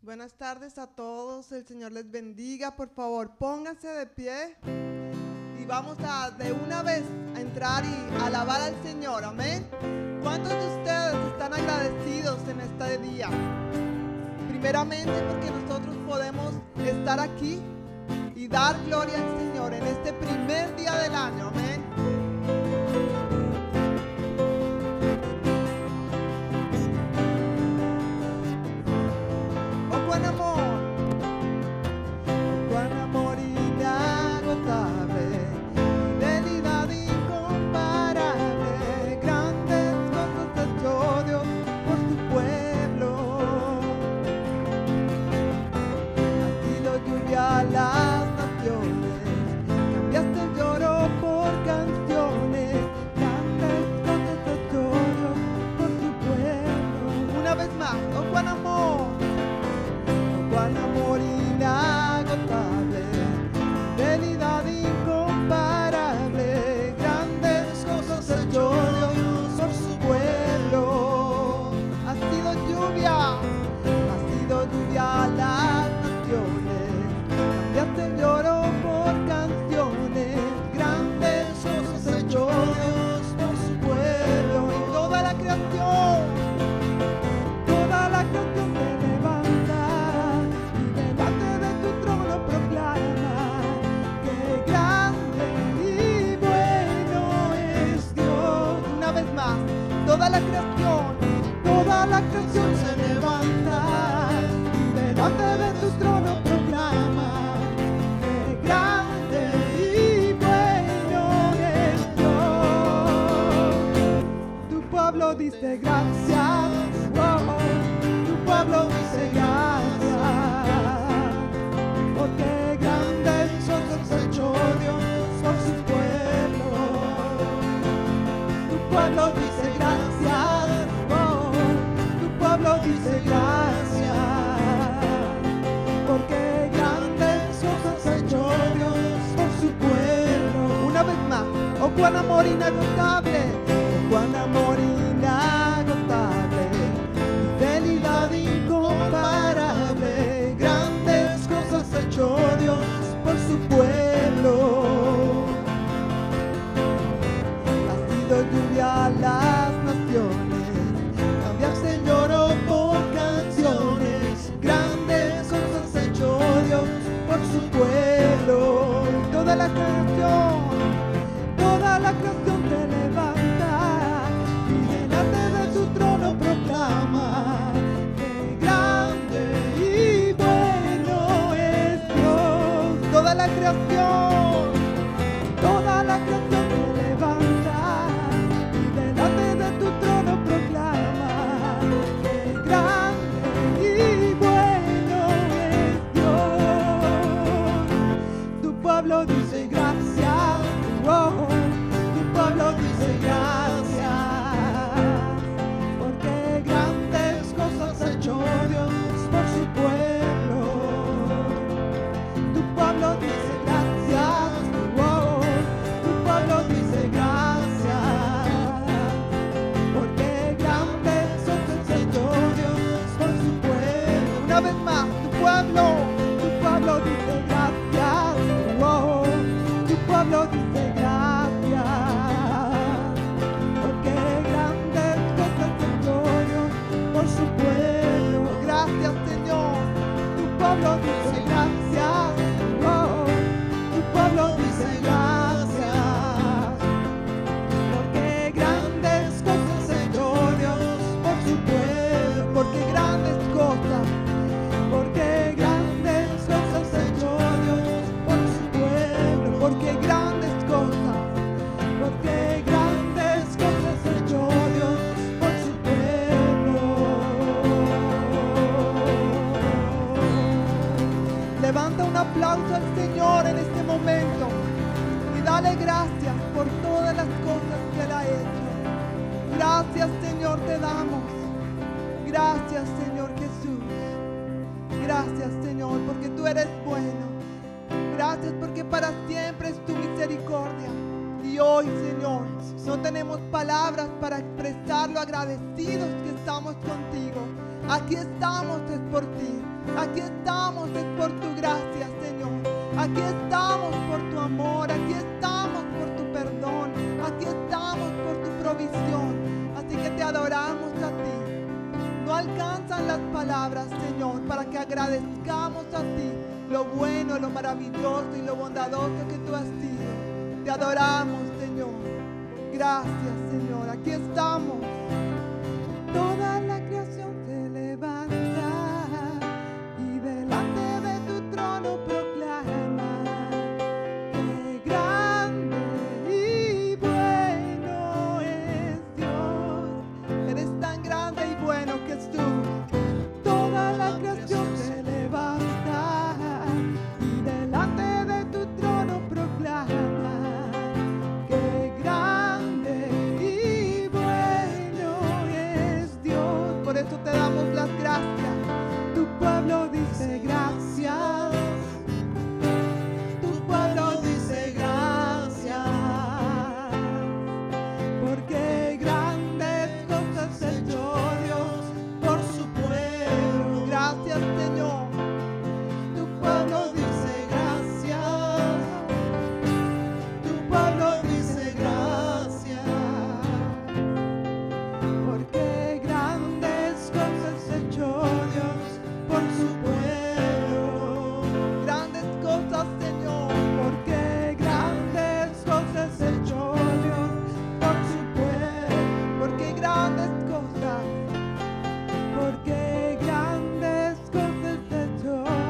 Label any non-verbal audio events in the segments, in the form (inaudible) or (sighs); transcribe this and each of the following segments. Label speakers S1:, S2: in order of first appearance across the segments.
S1: Buenas tardes a todos, el Señor les bendiga, por favor, pónganse de pie y vamos a de una vez a entrar y alabar al Señor, amén. ¿Cuántos de ustedes están agradecidos en este día? Primeramente porque nosotros podemos estar aquí y dar gloria al Señor en este primer día del año, amén. Oh, cuán amor, cuán amor inagotable, fidelidad incomparable, grandes cosas ha hecho Dios por su pueblo. A ti lo lluvia a las naciones, cambiaste el lloro por canciones, grandes cosas ha hecho Dios por su pueblo. Una vez más, oh, cuán amor. Oh, cuán amor inagotable, fidelidad incomparable, grandes cosas el yo Dios por su pueblo. Ha sido lluvia, ha sido lluvia a las naciones, cambiaste el lloro por canciones, grandes cosas el yo Dios por su pueblo y toda la creación. Toda la canción te levanta y delante de tu trono proclama que grande y bueno es Dios. Una vez más, toda la creación, toda la creación se levanta y delante de tu trono proclama que grande y bueno es Dios. Tu pueblo dice gracias. oh, oh, Tu pueblo dice gracias. Porque grande son tus hechos, Dios, por su pueblo. Tu pueblo dice gracias. oh, oh, Tu pueblo dice gracias. Porque grande son tus hechos, Dios, por su pueblo. Una vez más, oh cuán amor inagotable, oh cuán amor inagotable, fidelidad incomparable, grandes cosas ha hecho Dios por su pueblo. Ha sido lluvia a las naciones, cambiarse el lloro por canciones, grandes cosas ha hecho Dios por su pueblo. Y toda la canción, toda la canción te levanta y delante de tu trono proclama. que grande y bueno es Dios. Toda la creación Toda la canción te levanta y delante de tu trono proclama que grande y bueno es Dios. Tu pueblo dice gracias, oh, tu pueblo dice gracias, porque grandes cosas ha hecho Dios por su pueblo. Tu pueblo dice gracias, wow, tu pueblo dice gracias, porque grande son tus hechos, Dios, por su pueblo. Una vez más, tu pueblo, tu pueblo dice gracias, wow, tu pueblo dice gracias, porque grande son tus hechos, por su pueblo. Gracias, Señor tu pueblo dice gracias, oh, tu pueblo dice gracias, porque grandes cosas ha hecho Dios por su pueblo, porque grandes cosas, porque grandes cosas ha hecho Dios por su pueblo, porque grandes cosas, porque grandes cosas ha hecho Dios por su pueblo. Levanta un aplauso al Señor en este momento y dale gracias por todas las cosas que Él ha hecho. Gracias Señor te damos. Gracias Señor Jesús. Gracias Señor porque tú eres bueno. Gracias porque para siempre es tu misericordia. Y hoy Señor no tenemos palabras para expresar lo agradecidos que estamos contigo. Aquí estamos es por ti. Aquí estamos es por tu gracia, Señor. Aquí estamos por tu amor. Aquí estamos por tu perdón. Aquí estamos por tu provisión. Así que te adoramos a ti. No alcanzan las palabras, Señor, para que agradezcamos a ti lo bueno, lo maravilloso y lo bondadoso que tú has sido. Te adoramos, Señor. Gracias, Señor. Aquí estamos. Toda la creación se levanta y delante de tu trono proclama. Qué grande y bueno es Dios. Eres tan grande y bueno que es tú. Toda la creación se levanta y delante de tu trono proclama. Qué grande y bueno es Dios. Por eso te damos las gracias. Tu pueblo dice gracias. Tu pueblo dice gracias, porque grandes cosas ha hecho Dios por su pueblo. Gracias, Señor. Tu pueblo dice gracias, tu pueblo dice gracias. Porque grandes cosas hecho Dios por su pueblo. Grandes cosas, Señor. Porque grandes cosas hecho Dios por su pueblo. Porque grandes cosas. Porque grandes cosas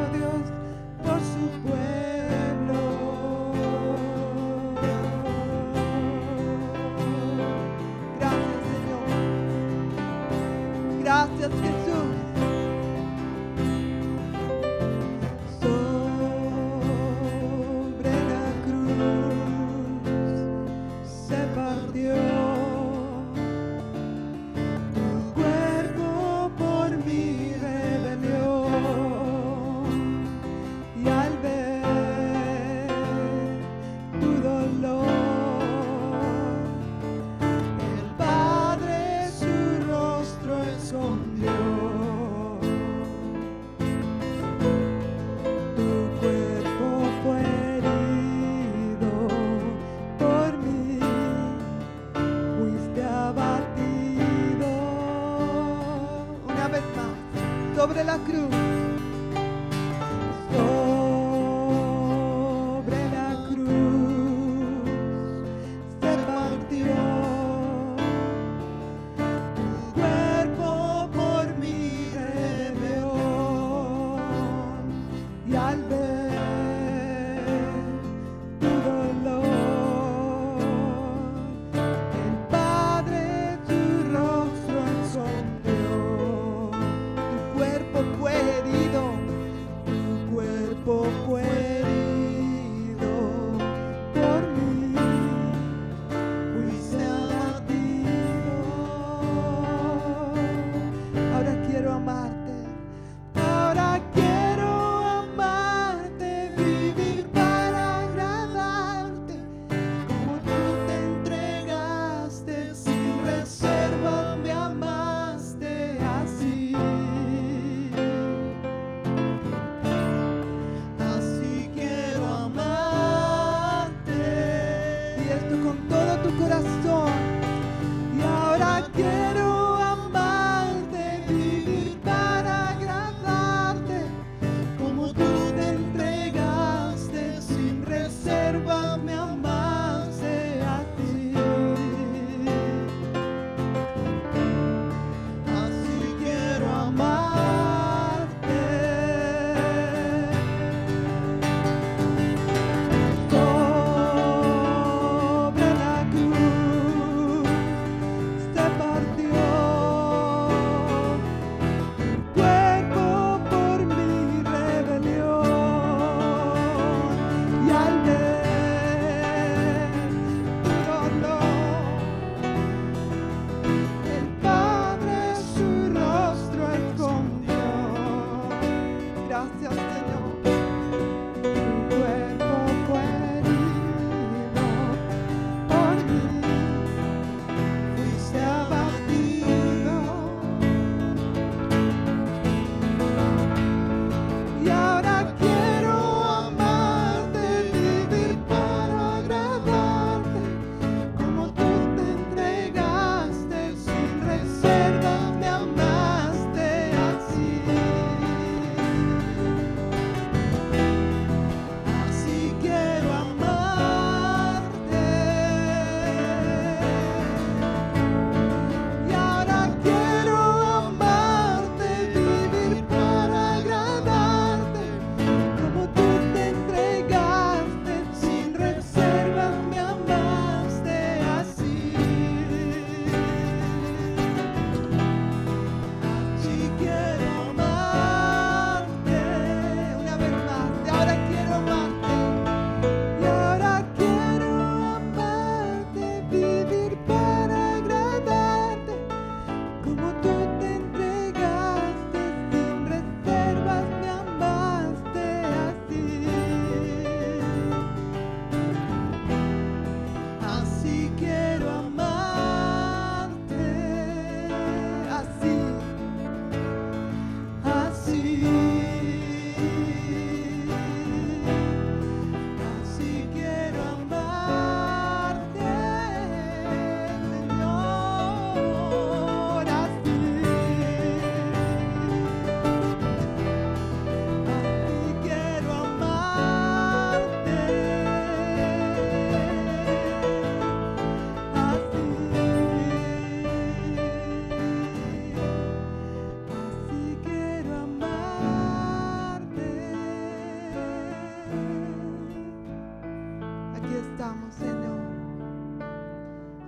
S1: estamos, Señor.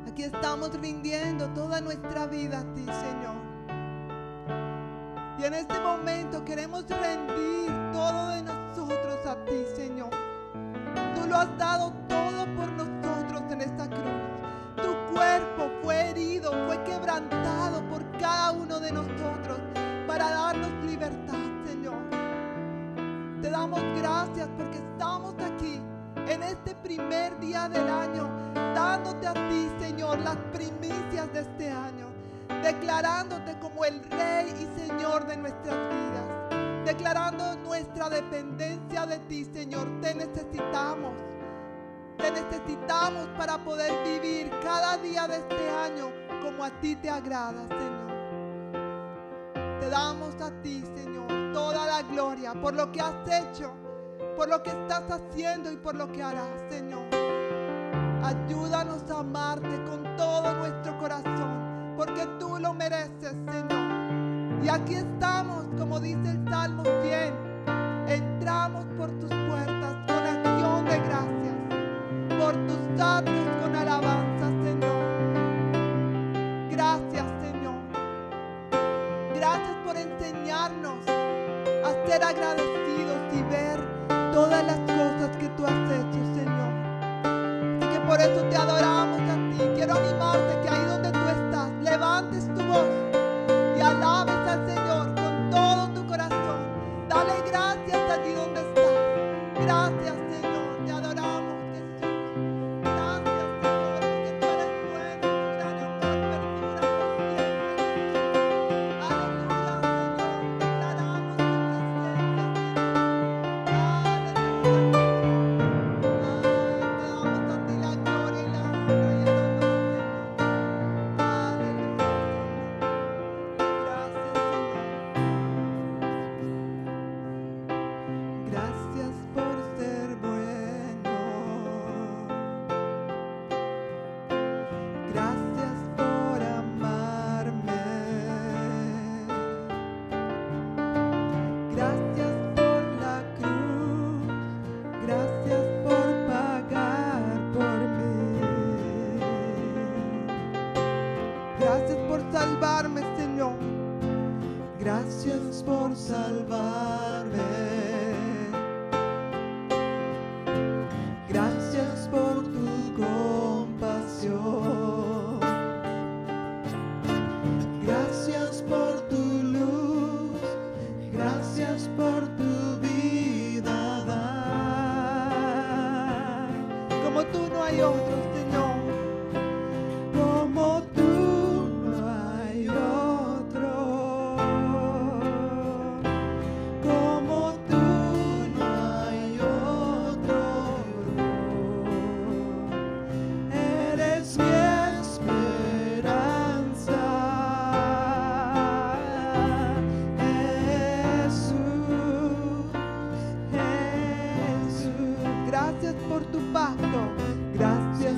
S1: Aquí estamos rindiendo toda nuestra vida a ti, Señor. Y en este momento queremos rendir todo de nosotros a ti, Señor. Tú lo has dado todo por nosotros en esta cruz. Tu cuerpo fue herido, fue quebrantado por cada uno de nosotros para darnos libertad, Señor. Te damos gracias porque estamos aquí en este primer día del año, dándote a ti, Señor, las primicias de este año, declarándote como el Rey y Señor de nuestras vidas, declarando nuestra dependencia de ti, Señor. Te necesitamos, te necesitamos para poder vivir cada día de este año como a ti te agrada, Señor. Te damos a ti, Señor, toda la gloria por lo que has hecho, por lo que estás haciendo y por lo que harás, Señor. Ayúdanos a amarte con todo nuestro corazón, porque tú lo mereces, Señor. Y aquí estamos, como dice el Salmo 100, entramos por tus puertas con acción de gracias, por tus datos con alabanza, Señor. Gracias, Señor. Gracias por enseñarnos a ser agradecidos y ver todas las cosas que tú has hecho, Señor. Así que por eso te adoramos a ti. Quiero animarte que ahí donde tú estás, levantes tu voz y alabes al Señor con todo tu corazón. Dale gracias allí donde estás. Gracias, Señor. Te adoramos, Jesús. Gracias, Señor, porque tú eres bueno. Tu gran amor perdura por siempre. Aleluya, Señor, declaramos tu presencia, Señor. Gracias, Señor, te adoramos, te damos a ti la gloria y la honra y el honor, Señor. Aleluya, Señor. Gracias, Señor. Gracias por ser bueno. Gracias por amarme. Gracias por la cruz. Gracias por pagar por mí. Gracias por salvarme, Señor. Gracias por salvarme. Gracias por tu compasión. Gracias por tu luz. Gracias por tu vida. dar. Como tú no hay otro, Señor. Como tú no hay otro. Como tú no hay otro, eres mi esperanza, Jesús, Jesús. Gracias por tu pacto, gracias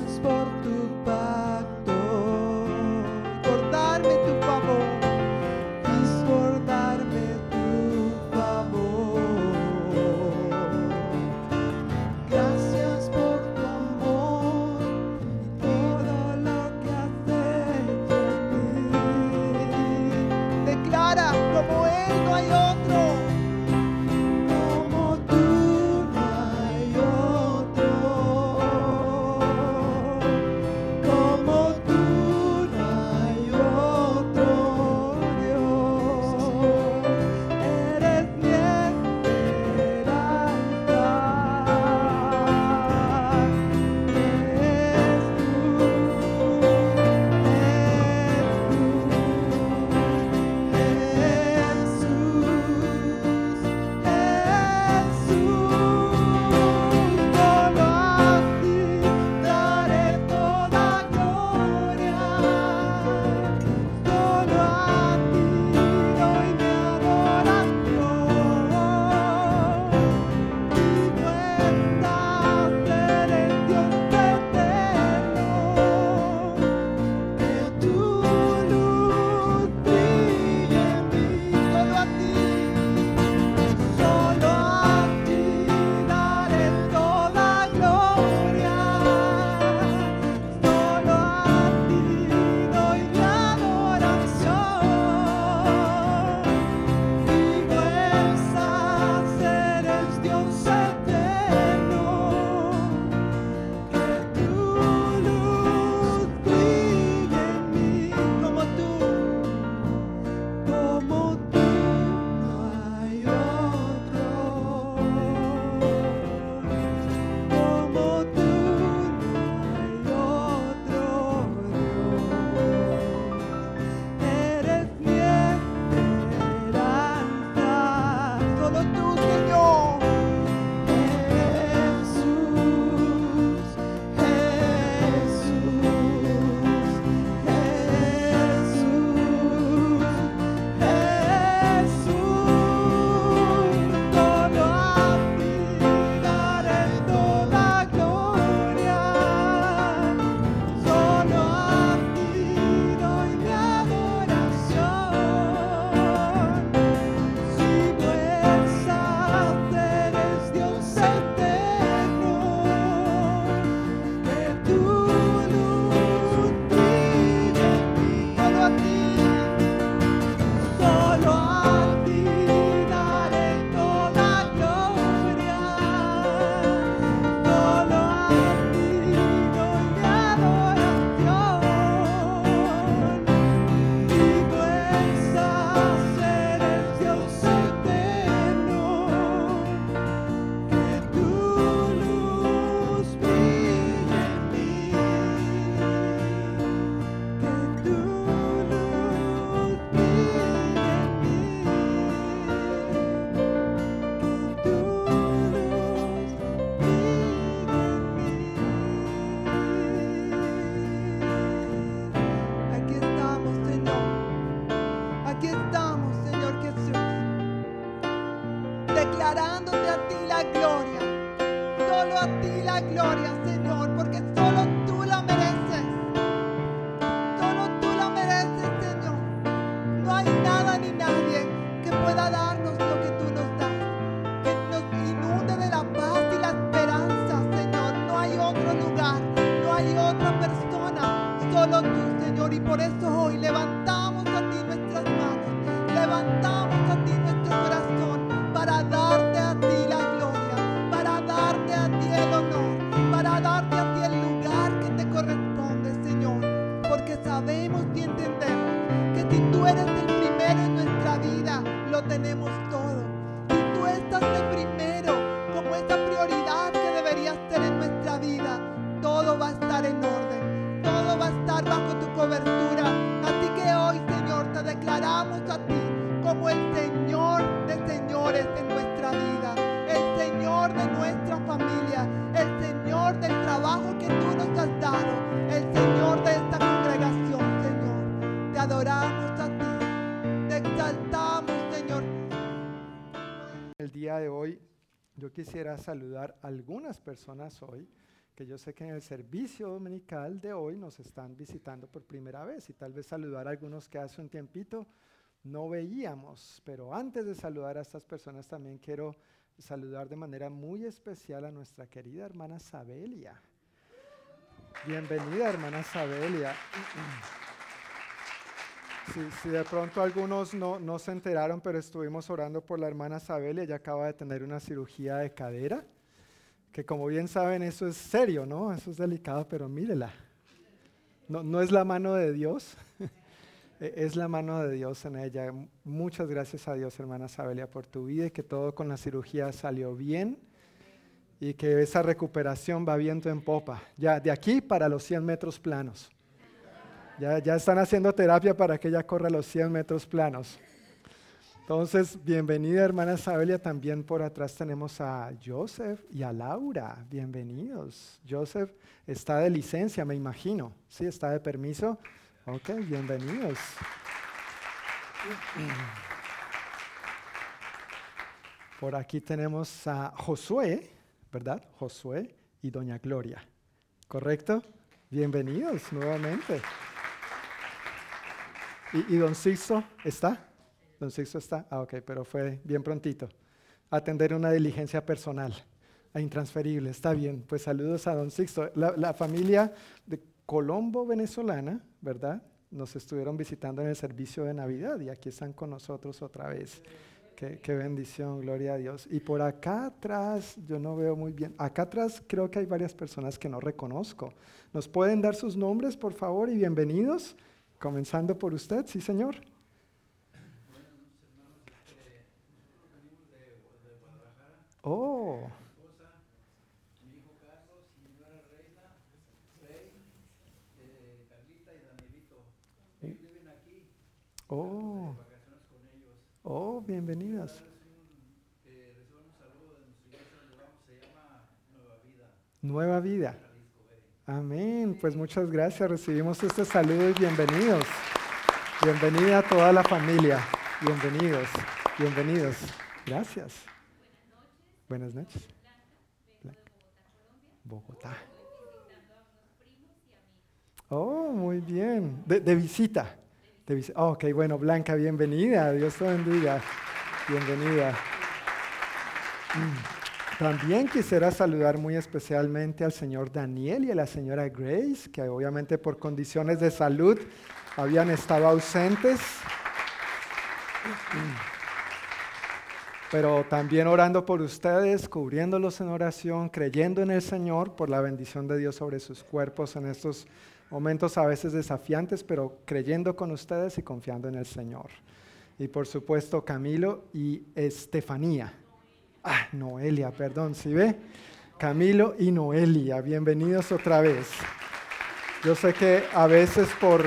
S1: declarándote a ti la gloria. Solo a ti la gloria, Señor, porque solo tú la mereces. Solo tú la mereces, Señor. No hay nada ni nadie que pueda darnos lo que tú nos das. Que nos inunde de la paz y la esperanza, Señor. No hay otro lugar, no hay otra persona, solo tú, Señor. Y por eso hoy levantamos a ti nuestras manos, levantamos a ti nuestro corazón para darte a ti la gloria, para darte a ti el honor, para darte a ti el lugar que te corresponde, Señor. Porque sabemos y entendemos que si tú eres el primero en nuestra vida, lo tenemos todo. Si tú estás de primero, como esa prioridad que deberías ser en nuestra vida, todo va a estar en orden, todo va a estar bajo tu cobertura. Así que hoy, Señor, te declaramos a ti como el Señor de señores en nuestra vida, el Señor de nuestra familia, el Señor del trabajo que tú nos has dado, el Señor de esta congregación, Señor. Te adoramos a ti, te exaltamos, Señor.
S2: El día de hoy yo quisiera saludar a algunas personas hoy que yo sé que en el servicio dominical de hoy nos están visitando por primera vez y tal vez saludar a algunos que hace un tiempito no veíamos, pero antes de saludar a estas personas también quiero saludar de manera muy especial a nuestra querida hermana Sabelia. Bienvenida hermana Sabelia. Si, si de pronto algunos no, no se enteraron, pero estuvimos orando por la hermana Sabel y ella acaba de tener una cirugía de cadera, que como bien saben eso es serio, ¿no? Eso es delicado, pero mírela. No, no es la mano de Dios, (laughs) e- es la mano de Dios en ella. M- Muchas gracias a Dios, hermana Sabelia, por tu vida y que todo con la cirugía salió bien y que esa recuperación va viento en popa, ya de aquí para los 100 metros planos. Ya, ya están haciendo terapia para que ella corra los 100 metros planos. Entonces, bienvenida hermana Sabelia. También por atrás tenemos a Joseph y a Laura. Bienvenidos. Joseph está de licencia, me imagino. Sí, está de permiso. Ok, bienvenidos. Por aquí tenemos a Josué, ¿verdad? Josué y Doña Gloria. ¿Correcto? Bienvenidos nuevamente. ¿Y, y don Sixto está? Don Sixto está. Ah, ok, pero fue bien prontito. Atender una diligencia personal. Ah, intransferible, está bien. Pues saludos a don Sixto. La, la familia de Colombo venezolana, ¿verdad? Nos estuvieron visitando en el servicio de Navidad y aquí están con nosotros otra vez. Qué, qué bendición, gloria a Dios. Y por acá atrás, yo no veo muy bien. Acá atrás creo que hay varias personas que no reconozco. ¿Nos pueden dar sus nombres, por favor, y bienvenidos? Comenzando por usted, sí, señor. Oh, oh, oh, bienvenidas. Nueva vida. Amén. Pues muchas gracias. Recibimos este saludo y bienvenidos. Bienvenida a toda la familia. Bienvenidos. Bienvenidos. Gracias. Buenas noches. Blanca. Bogotá. Oh, muy bien. De, de visita. De visi- Ah, ok, bueno, Blanca, bienvenida. Dios te bendiga. Bienvenida. Mm. También quisiera saludar muy especialmente al señor Daniel y a la señora Grace, que obviamente por condiciones de salud habían estado ausentes. pero también orando por ustedes, cubriéndolos en oración, creyendo en el Señor, por la bendición de Dios sobre sus cuerpos en estos momentos a veces desafiantes, pero creyendo con ustedes y confiando en el Señor. Y por supuesto Camilo y Estefanía. Ah, Noelia, perdón, ¿sí ve? Camilo y Noelia, bienvenidos otra vez. Yo sé que a veces por,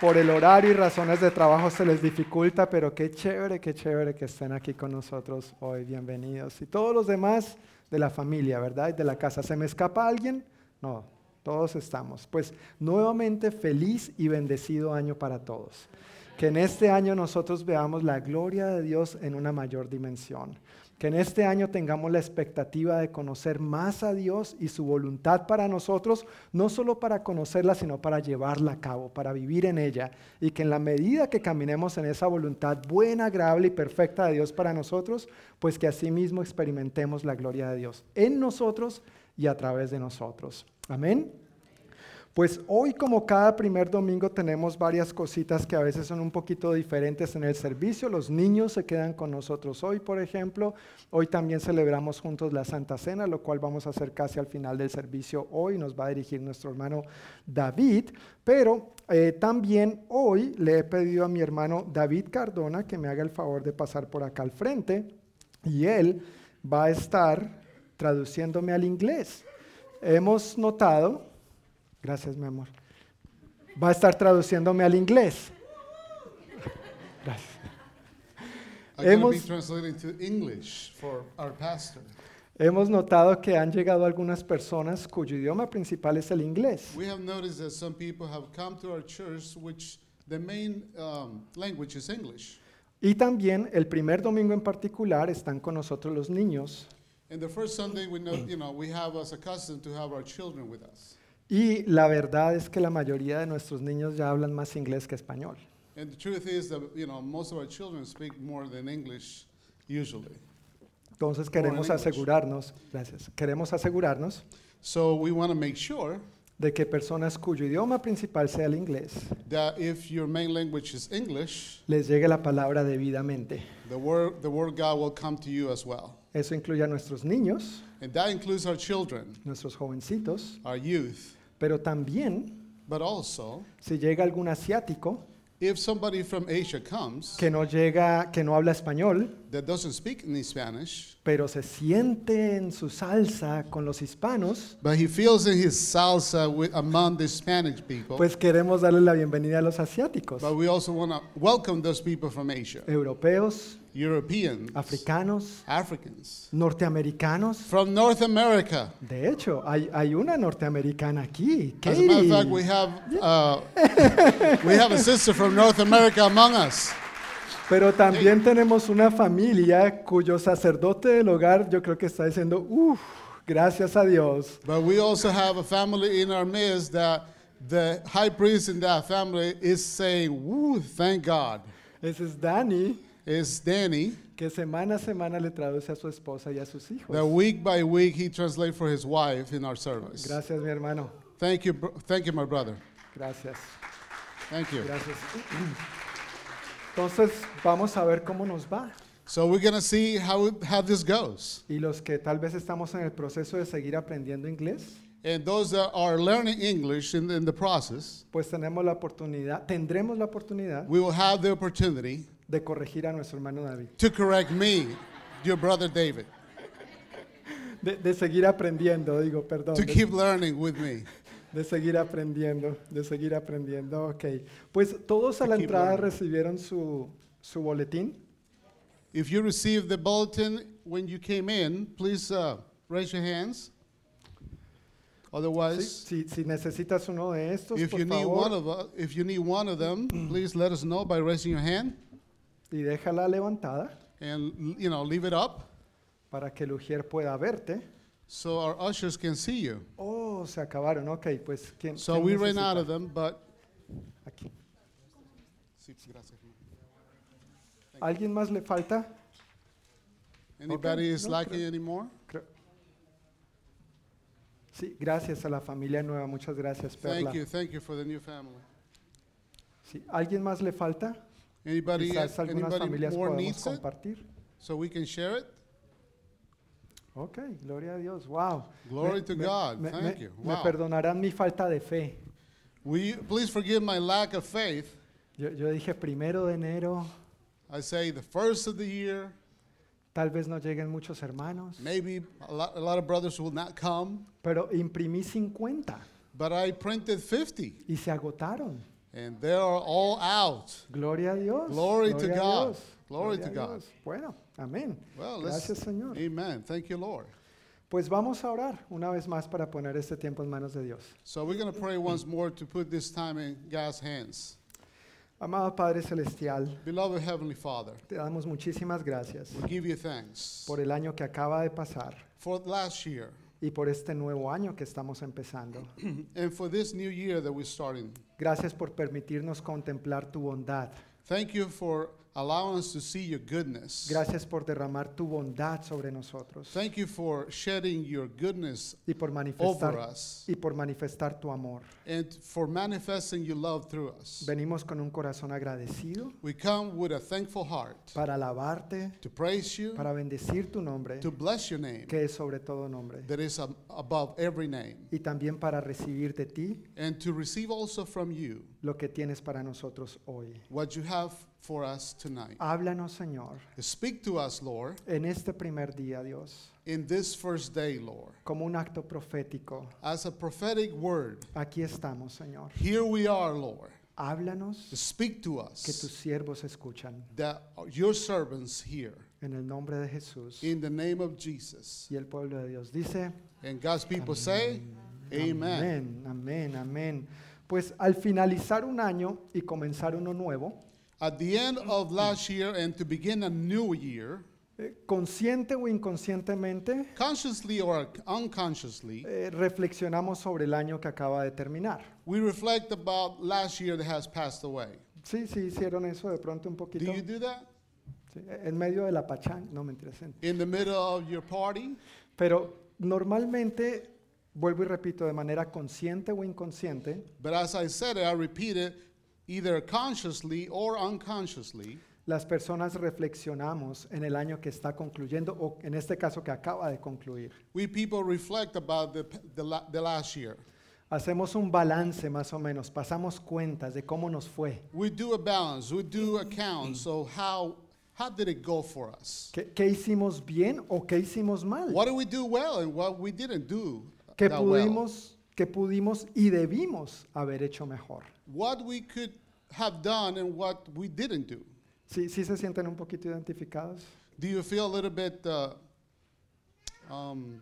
S2: por el horario y razones de trabajo se les dificulta, pero qué chévere, qué chévere que estén aquí con nosotros hoy. Bienvenidos. Y todos los demás de la familia, ¿verdad? Y de la casa. ¿Se me escapa alguien? No, todos estamos. Pues nuevamente feliz y bendecido año para todos. Que en este año nosotros veamos la gloria de Dios en una mayor dimensión. Que en este año tengamos la expectativa de conocer más a Dios y su voluntad para nosotros, no solo para conocerla, sino para llevarla a cabo, para vivir en ella. Y que en la medida que caminemos en esa voluntad buena, agradable y perfecta de Dios para nosotros, pues que asimismo experimentemos la gloria de Dios en nosotros y a través de nosotros. Amén. Pues hoy como cada primer domingo tenemos varias cositas que a veces son un poquito diferentes en el servicio. Los niños se quedan con nosotros hoy, por ejemplo. Hoy también celebramos juntos la Santa Cena, lo cual vamos a hacer casi al final del servicio hoy. Nos va a dirigir nuestro hermano David. Pero eh, también hoy le he pedido a mi hermano David Cardona que me haga el favor de pasar por acá al frente. Y él va a estar traduciéndome al inglés. Hemos notado Gracias, mi amor. Va a estar traduciéndome al inglés. Gracias.
S3: I'm going to
S2: Hemos-
S3: be translating to English for our pastor.
S2: Hemos notado que han llegado algunas personas cuyo idioma principal es el inglés.
S3: We have noticed that some people have come to our church which the main um, language is English.
S2: Y también el primer domingo en particular están con nosotros los niños.
S3: And the first Sunday, we know, you know, we have us accustomed to have our children with us.
S2: Y la verdad es que la mayoría de nuestros niños ya hablan más inglés que español.
S3: And the truth is that, you know, most of our children speak more than English usually.
S2: Entonces queremos
S3: English.
S2: asegurarnos, gracias, queremos asegurarnos
S3: So we want to make sure
S2: de que personas cuyo idioma principal sea el inglés
S3: that if your main language is English,
S2: les llegue la palabra debidamente.
S3: the word, the word God will come to you as well.
S2: Eso incluye a nuestros niños,
S3: And that includes our children,
S2: nuestros jovencitos,
S3: our youth,
S2: pero también
S3: but also
S2: si llega algún asiático
S3: If somebody from Asia comes
S2: que no llega, que no habla español,
S3: that doesn't speak any Spanish,
S2: pero se siente en su salsa con los hispanos,
S3: but he feels in his salsa with, among the Spanish people,
S2: pues queremos darle la bienvenida a los asiáticos,
S3: but we also want to welcome those people from Asia,
S2: Eh, europeos,
S3: Europeans,
S2: africanos,
S3: Africans,
S2: norteamericanos.
S3: from North America.
S2: De hecho, hay, hay una norteamericana aquí,
S3: As a matter of fact, we
S2: Katie.
S3: have uh, we have a sister from North America among us.
S2: Pero también tenemos una familia cuyo sacerdote del hogar yo creo que está diciendo, uff, gracias a Dios.
S3: But we also have a family in our midst that the high priest in that family is saying, "Woo, thank God."
S2: Ese es Dani,
S3: It's Danny.
S2: que semana a semana le traduce a su esposa y a sus
S3: That
S2: hijos.
S3: week by week he translates for his wife in our service.
S2: Gracias, mi hermano.
S3: Thank you, bro- thank you, my brother.
S2: Gracias,
S3: Thank you.
S2: gracias. (clears throat) Entonces, vamos a ver cómo nos va.
S3: So we're gonna see how it- how this goes.
S2: Y los que tal vez estamos en el proceso de seguir aprendiendo inglés,
S3: And those that are learning English in, in the process,
S2: pues tenemos la oportunidad, tendremos la oportunidad
S3: we will have the opportunity
S2: de corregir a nuestro hermano David,
S3: to correct me, your brother David,
S2: de, de seguir aprendiendo, digo, perdón,
S3: to
S2: de-
S3: keep learning with me.
S2: De seguir aprendiendo, de seguir aprendiendo, ok. Pues todos a la
S3: Aquí,
S2: entrada
S3: bueno.
S2: recibieron su, su boletín.
S3: If you received the bulletin when you came in, please uh, raise your hands.
S2: Sí,
S3: Otherwise,
S2: Si, si necesitas uno de estos,
S3: if
S2: por
S3: you need
S2: favor,
S3: one of us, if you need one
S2: (clears throat)
S3: of them, please let us know by raising your hand.
S2: y déjala levantada
S3: and you know leave it up
S2: para que el ujier pueda verte.
S3: so our ushers can see you.
S2: Oh, se acabaron, ok, pues ¿quién?
S3: So
S2: quién
S3: we ran
S2: necesita?
S3: out of them, but
S2: Aquí. ¿Alguien más le falta?
S3: anybody
S2: Okay,
S3: is
S2: no,
S3: lacking
S2: creo-
S3: anymore?
S2: Creo- Sí, gracias a la familia nueva, muchas gracias, Perla.
S3: Thank you, thank you for the new family.
S2: Sí, ¿Alguien más le falta?
S3: Anybody,
S2: Quizás algunas
S3: anybody
S2: familias
S3: more
S2: podemos
S3: needs it
S2: compartir.
S3: so we can share it?
S2: Ok, gloria a Dios, wow.
S3: Glory to God,
S2: me-
S3: thank
S2: me-
S3: you.
S2: me
S3: Wow.
S2: perdonarán mi falta de fe.
S3: Will you please forgive my lack of faith?
S2: Yo, yo dije primero de enero,
S3: I say the first of the year,
S2: tal vez no lleguen muchos hermanos,
S3: maybe a lot, a lot of brothers will not come,
S2: pero imprimí 50
S3: but I printed 50
S2: y se agotaron.
S3: and they are all out.
S2: Gloria a Dios.
S3: Glory to
S2: gloria a
S3: God,
S2: Dios,
S3: glory
S2: gloria a
S3: to God.
S2: Dios. Bueno, amén.
S3: Well, let's,
S2: Gracias, Señor.
S3: amen. Thank you, Lord.
S2: Pues vamos a orar una vez más para poner este tiempo en manos de Dios.
S3: So we're going to pray once more to put this time in God's hands.
S2: Amado Padre Celestial,
S3: Beloved Heavenly Father,
S2: te damos muchísimas gracias
S3: we give you thanks
S2: por el año que acaba de pasar
S3: for last year
S2: y por este nuevo año que estamos empezando.
S3: and for this new year that we're starting.
S2: Gracias por permitirnos contemplar tu bondad.
S3: Thank you for allowing us to see your goodness.
S2: Gracias por derramar tu bondad sobre nosotros
S3: Thank you for shedding your goodness
S2: y por
S3: over
S2: manifestar
S3: us
S2: y por manifestar tu amor.
S3: and for manifesting your love through us.
S2: Venimos con un corazón agradecido
S3: We come with a thankful heart
S2: para alabarte,
S3: to praise you,
S2: para bendecir tu nombre,
S3: to bless your name
S2: que es sobre todo nombre,
S3: that is ab- above every name,
S2: y también para recibir de ti
S3: and to receive also from you
S2: lo que tienes para nosotros hoy.
S3: what you have for us tonight.
S2: Háblanos, Señor,
S3: Speak to us, Lord,
S2: en este primer día, Dios,
S3: in this first day, Lord,
S2: como un acto profético.
S3: as a prophetic word.
S2: Aquí estamos, Señor.
S3: Here we are, Lord.
S2: Háblanos,
S3: Speak to
S2: que tus
S3: us
S2: siervos escuchan.
S3: that your servants hear
S2: En el nombre de Jesús.
S3: in the name of Jesus.
S2: Y el pueblo de Dios dice,
S3: And God's people say, Amen.
S2: Amén, amén, amén. Pues al finalizar un año y comenzar uno nuevo,
S3: At the end of last year and to begin a new year,
S2: eh, consciente o inconscientemente,
S3: consciously or unconsciously,
S2: eh, reflexionamos sobre el año que acaba de terminar.
S3: we reflect about last year that has passed away.
S2: Sí, sí, hicieron eso de pronto un
S3: Do
S2: poquito.
S3: you do that?
S2: Sí, e, en medio de la pachanga, no mentiras. en-
S3: In the middle of your party?
S2: Pero normalmente, vuelvo y repito, de manera consciente o inconsciente,
S3: But as I said it, I repeat it, either consciously or unconsciously,
S2: las personas reflexionamos en el año que está concluyendo o en este caso que acaba de concluir.
S3: we people reflect about the, the, la- the last year.
S2: Hacemos un balance más o menos, pasamos cuentas de cómo nos fue,
S3: We do a balance, we do accounts. So how, how did it go for us?
S2: qué, qué hicimos bien o qué hicimos mal,
S3: What did we do well and what we didn't do uh,
S2: qué
S3: that well?
S2: pudimos, qué pudimos y debimos haber hecho mejor.
S3: what we could have done and what we didn't do.
S2: ¿Sí, sí se sienten un poquito identificados?
S3: Do you feel a little bit? Uh, um,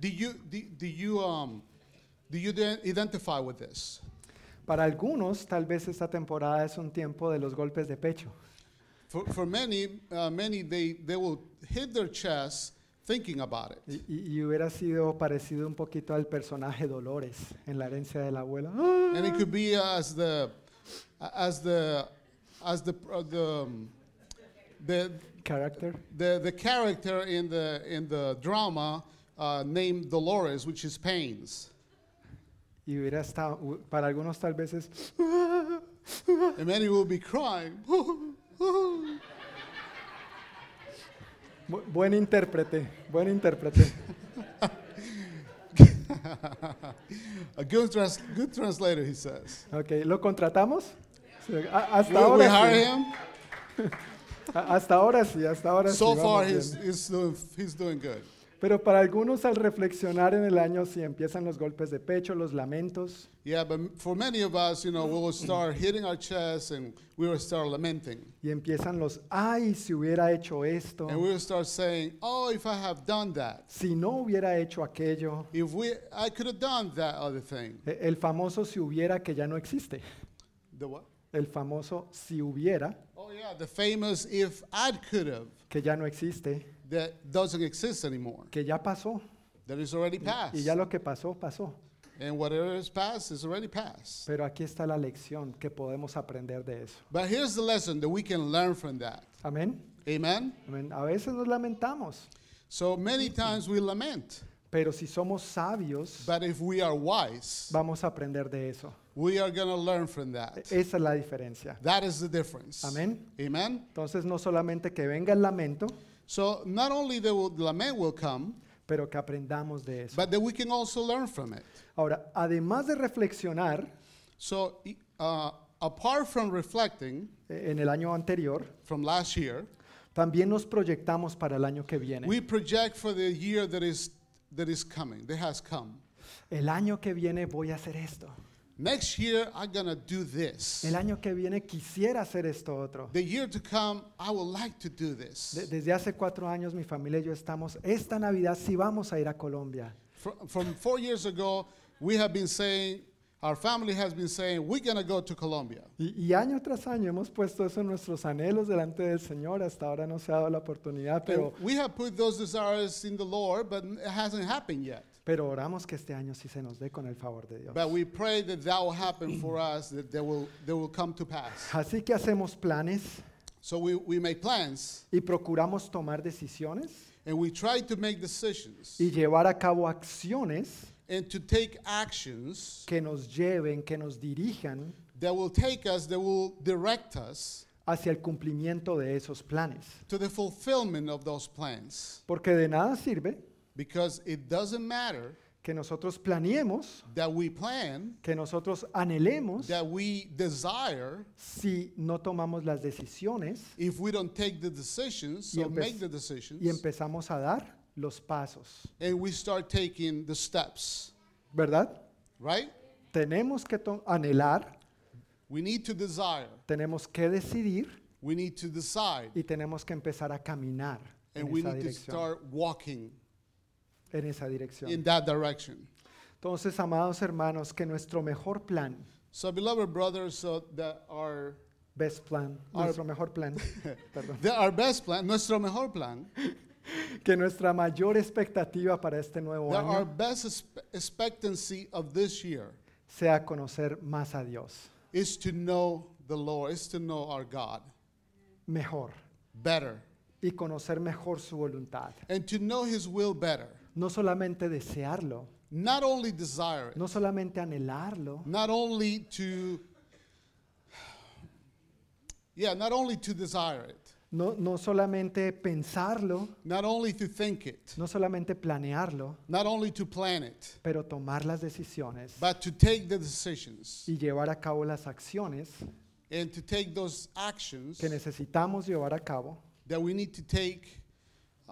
S3: do you do, do you um, do you de- identify with this?
S2: Para algunos, tal vez esta temporada es un tiempo de los golpes de pecho.
S3: For, for many, uh, many they they will hit their chest thinking about it.
S2: Y, y- y hubiera sido parecido un poquito al personaje Dolores en la herencia de la abuela. ¡Ah!
S3: and it could be as the as the as the uh, the, um, the
S2: Character.
S3: the the character in the in the drama uh, named Dolores, which is pains.
S2: Y hubiera estado, hu- para algunos tal vez es,
S3: And many will be crying. (laughs)
S2: bu- buen intérprete, buen intérprete.
S3: A good, trans- good translator, he says.
S2: Ok, ¿lo contratamos? Sí, a-
S3: We,
S2: hasta,
S3: we
S2: ahora
S3: hire
S2: sí.
S3: him.
S2: A- hasta ahora sí, hasta ahora
S3: So
S2: sí.
S3: far,
S2: vamos
S3: he's,
S2: bien.
S3: he's, doing, he's doing good.
S2: Pero para algunos al reflexionar en el año sí empiezan los golpes de pecho, los lamentos.
S3: Yeah, but m- for many of us, you know, we will start hitting our chest and we will start lamenting.
S2: Y empiezan los, ay, si hubiera hecho esto,
S3: And we will start saying, oh, if I have done that,
S2: si no hubiera hecho aquello.
S3: if we, I could have done that other thing.
S2: E- El famoso si hubiera que ya no existe.
S3: The what?
S2: El famoso si hubiera
S3: Oh, yeah, the famous if I could have
S2: que ya no existe,
S3: that doesn't exist anymore.
S2: que ya pasó.
S3: That is already past.
S2: Y ya lo que pasó, pasó.
S3: And whatever is past is already past.
S2: Pero aquí está la lección que podemos aprender de eso.
S3: But here's the lesson that we can learn from that.
S2: Amén.
S3: Amen?
S2: Amén. A veces nos lamentamos,
S3: So many times we lament,
S2: pero si somos sabios,
S3: but if we are wise,
S2: vamos a aprender de eso.
S3: we are going to learn from
S2: E-
S3: that.
S2: Esa es la diferencia.
S3: That is the difference.
S2: Amén.
S3: Amen?
S2: Entonces no solamente que venga el lamento,
S3: So not only the will- lament will come,
S2: pero que aprendamos de eso.
S3: but that we can also learn from it.
S2: Ahora, además de reflexionar
S3: So e- uh, apart from reflecting
S2: eh, en el año anterior,
S3: from last year,
S2: también nos proyectamos para el año que viene.
S3: we project for the year that is, that is coming, that has come.
S2: El año que viene voy a hacer esto.
S3: Next year, I'm going to do this.
S2: El año que viene quisiera hacer esto otro.
S3: The year to come, I would like to do this.
S2: De- desde hace cuatro años mi familia y yo estamos, esta Navidad sí vamos a ir a Colombia.
S3: From, from four years ago, we have been saying, Our family has been saying, we're going to go to Colombia.
S2: Y, y año tras año hemos puesto eso en nuestros anhelos delante del Señor. Hasta ahora no se ha dado la oportunidad, pero,
S3: And we have put those desires in the Lord, but it hasn't happened yet.
S2: pero oramos que este año sí se nos dé con el favor de Dios.
S3: But we pray that that will
S2: (clears throat)
S3: happen for us, that they will, they will come to pass.
S2: Así que hacemos planes
S3: So we, we make plans
S2: y procuramos tomar decisiones
S3: and we try to make decisions
S2: y llevar a cabo acciones
S3: and to take actions
S2: que nos lleven, que nos dirijan
S3: that will take us, that will direct us
S2: hacia el cumplimiento de esos planes.
S3: to the fulfillment of those plans.
S2: Porque de nada sirve
S3: Because it doesn't matter
S2: que nosotros planeemos,
S3: that we plan,
S2: que nosotros anhelemos,
S3: that we desire,
S2: si no tomamos las decisiones
S3: if we don't take the decisions
S2: Y
S3: or
S2: empe-
S3: make the decisions
S2: y empezamos a dar los pasos,
S3: and we start taking the steps,
S2: ¿verdad?
S3: right?
S2: Tenemos que to- anhelar,
S3: We need to desire,
S2: tenemos que decidir
S3: we need to decide,
S2: y tenemos que empezar a caminar en
S3: and we
S2: esa
S3: need to
S2: dirección.
S3: start walking
S2: En esa
S3: in
S2: dirección.
S3: that direction.
S2: Entonces, amados hermanos, que nuestro mejor plan,
S3: So, beloved brothers, so that our
S2: best plan,
S3: Our-
S2: nuestro mejor plan, perdón,
S3: that our best plan, nuestro mejor plan,
S2: que nuestra mayor expectativa para este nuevo
S3: that our
S2: año
S3: best expe- expectancy of this year
S2: sea conocer más a Dios,
S3: is to know the Lord, is to know our God
S2: mejor
S3: better,
S2: y conocer mejor su voluntad.
S3: and to know His will better.
S2: No solamente desearlo,
S3: Not only desire it,
S2: no solamente anhelarlo,
S3: not only to, yeah, not only to desire it,
S2: no, no solamente pensarlo,
S3: not only to think it,
S2: no solamente planearlo,
S3: not only to plan it,
S2: pero tomar las decisiones
S3: but to take the decisions
S2: y llevar a cabo las acciones
S3: and to take those actions
S2: que necesitamos llevar a cabo
S3: that we need to take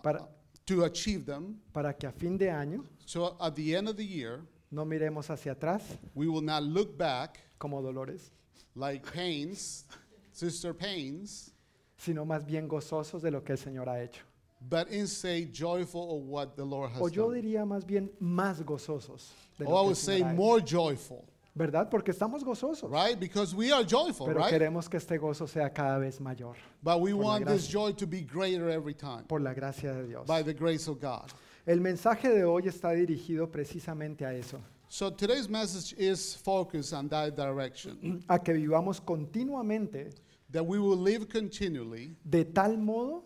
S2: para,
S3: to achieve them.
S2: para que a fin de año
S3: So at the end of the year,
S2: no miremos hacia atrás
S3: we will not look back
S2: como dolores,
S3: like pains, sister pains,
S2: sino más bien gozosos de lo que el Señor ha hecho.
S3: but instead joyful of what the Lord has
S2: O yo
S3: done.
S2: diría más bien más gozosos de lo
S3: Or I
S2: que
S3: would
S2: el
S3: say
S2: Señor ha hecho.
S3: more joyful,
S2: ¿Verdad? Porque estamos gozosos,
S3: right? Because we are joyful,
S2: pero
S3: right?
S2: queremos que este gozo sea cada vez mayor
S3: But we
S2: la
S3: want this
S2: gracia.
S3: joy to be greater every time
S2: por la gracia de Dios.
S3: by the grace of God.
S2: El mensaje de hoy está dirigido precisamente a eso,
S3: So today's message is focused on
S2: (clears throat)
S3: that direction
S2: a que vivamos continuamente
S3: that we will live continually
S2: de tal modo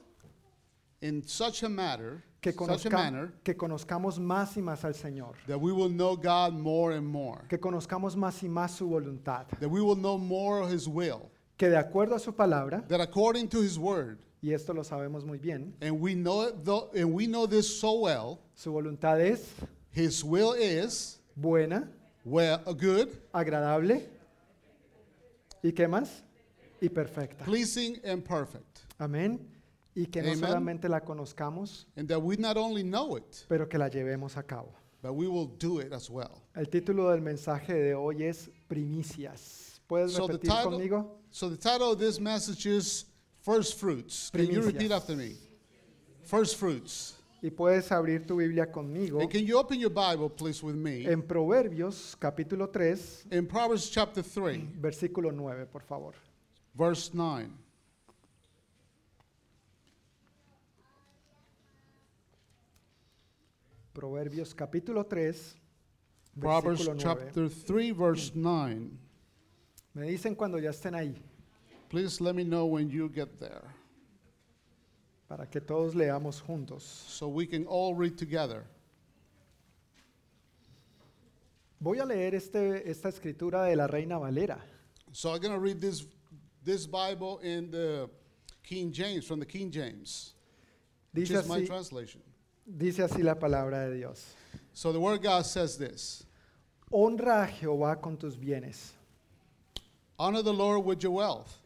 S3: in such a manner,
S2: que,
S3: such a
S2: conozca-
S3: manner
S2: que conozcamos más y más al Señor,
S3: that we will know God more and more,
S2: que conozcamos más y más su voluntad,
S3: that we will know more of His will,
S2: que de acuerdo a su palabra,
S3: that according to His word,
S2: y esto lo sabemos muy bien,
S3: and we know it tho- and we know this so well,
S2: su voluntad es
S3: His will is
S2: buena,
S3: well, uh, good,
S2: agradable y qué más? Y perfecta.
S3: pleasing, and perfect,
S2: Amén. Y que no
S3: Amen.
S2: solamente la conozcamos,
S3: and that we not only know it,
S2: pero que la llevemos a cabo.
S3: but we will do it as well.
S2: El título del mensaje de hoy es Primicias. ¿Puedes
S3: So the
S2: repetir
S3: title-
S2: conmigo?
S3: So the title of this message is First Fruits. Can you repeat
S2: Primicias.
S3: after me? First Fruits.
S2: Y puedes abrir tu Biblia conmigo
S3: And can you open your Bible, please, with me?
S2: en Proverbios capítulo 3,
S3: In Proverbs chapter 3,
S2: versículo 9, por favor.
S3: verse 9.
S2: Proverbios capítulo 3,
S3: Proverbs
S2: versículo 9.
S3: chapter 3, verse 9.
S2: Me dicen cuando ya estén ahí,
S3: Please let me know when you get there
S2: para que todos leamos juntos.
S3: so we can all read together.
S2: Voy a leer este- esta escritura de la Reina Valera.
S3: So I'm going to read this, this Bible in the King James, from the King James, which
S2: Dice
S3: is my
S2: así,
S3: translation.
S2: dice así la palabra de Dios.
S3: So the Word of God says this
S2: Honra a Jehová con tus bienes
S3: Honor the Lord with your wealth.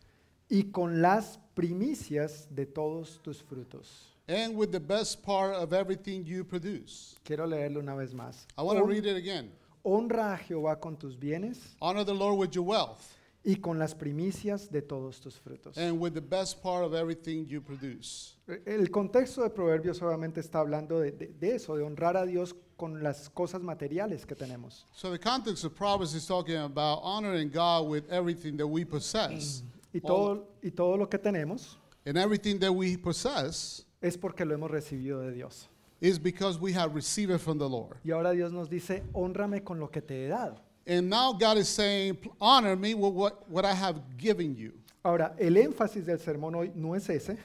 S2: y con las primicias de todos tus frutos.
S3: and with the best part of everything you produce.
S2: Quiero leerlo una vez más.
S3: I want to
S2: Hon-
S3: read it again.
S2: Honra a Jehová con tus bienes
S3: Honor the Lord with your wealth
S2: y con las primicias de todos tus frutos.
S3: and with the best part of everything you produce.
S2: El contexto de Proverbios obviamente está hablando de, de- de eso, de honrar a Dios con las cosas materiales que tenemos.
S3: So the context of Proverbs is talking about honoring God with everything that we possess.
S2: Y
S3: All-
S2: todo, y todo lo que tenemos
S3: and everything that we possess
S2: es porque lo hemos recibido de Dios.
S3: is because we have received it from the Lord.
S2: Y ahora Dios nos dice, honrame con lo que te he dado.
S3: And now God is saying, honor me with what, what I have given you.
S2: Ahora, el énfasis del sermón hoy no es ese,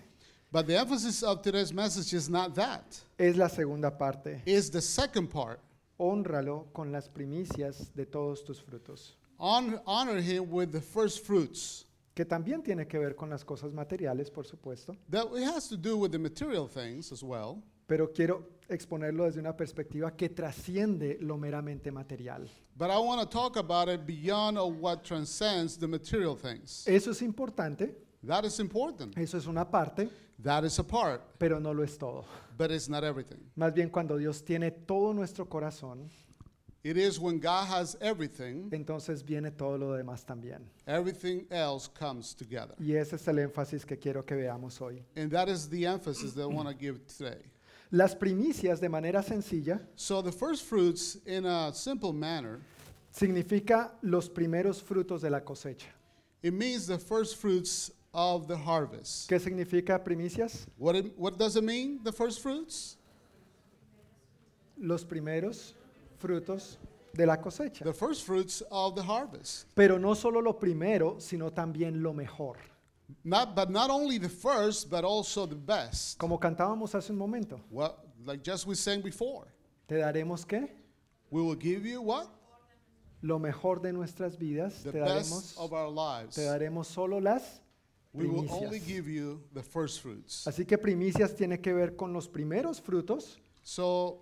S3: But the emphasis of today's message is not that.
S2: es la segunda parte.
S3: It's the second part.
S2: Honralo con las primicias de todos tus frutos,
S3: Honor, honor him with the first fruits.
S2: que también tiene que ver con las cosas materiales, por supuesto,
S3: That it has to do with the material things as well.
S2: pero quiero exponerlo desde una perspectiva que trasciende lo meramente material.
S3: But I want to talk about it beyond of what transcends the material things.
S2: Eso es importante,
S3: That is important.
S2: eso es una parte,
S3: That is a part,
S2: pero no lo es todo.
S3: but it's not everything.
S2: Más bien cuando Dios tiene todo nuestro corazón,
S3: It is when God has everything,
S2: entonces viene todo lo demás también.
S3: everything else comes together.
S2: Y ese es el énfasis que quiero que veamos hoy.
S3: And that is the emphasis that I want to give today.
S2: Las primicias, de manera sencilla,
S3: So the first fruits, in a simple manner,
S2: significa los primeros frutos de la cosecha.
S3: it means the first fruits of the harvest.
S2: ¿Qué significa primicias?
S3: What, it, what does it mean, the first fruits?
S2: Los primeros frutos de la cosecha.
S3: The first fruits of the harvest.
S2: Pero no solo lo primero, sino también lo mejor.
S3: Not, but not only the first, but also the best.
S2: Como cantábamos hace un momento,
S3: What, like just we sang before,
S2: te daremos qué?
S3: we will give you what?
S2: Lo mejor de nuestras vidas,
S3: The
S2: te
S3: best
S2: daremos,
S3: of our lives.
S2: te daremos solo las
S3: We will only
S2: primicias.
S3: give you the first fruits.
S2: Así que primicias tiene que ver con los primeros frutos,
S3: So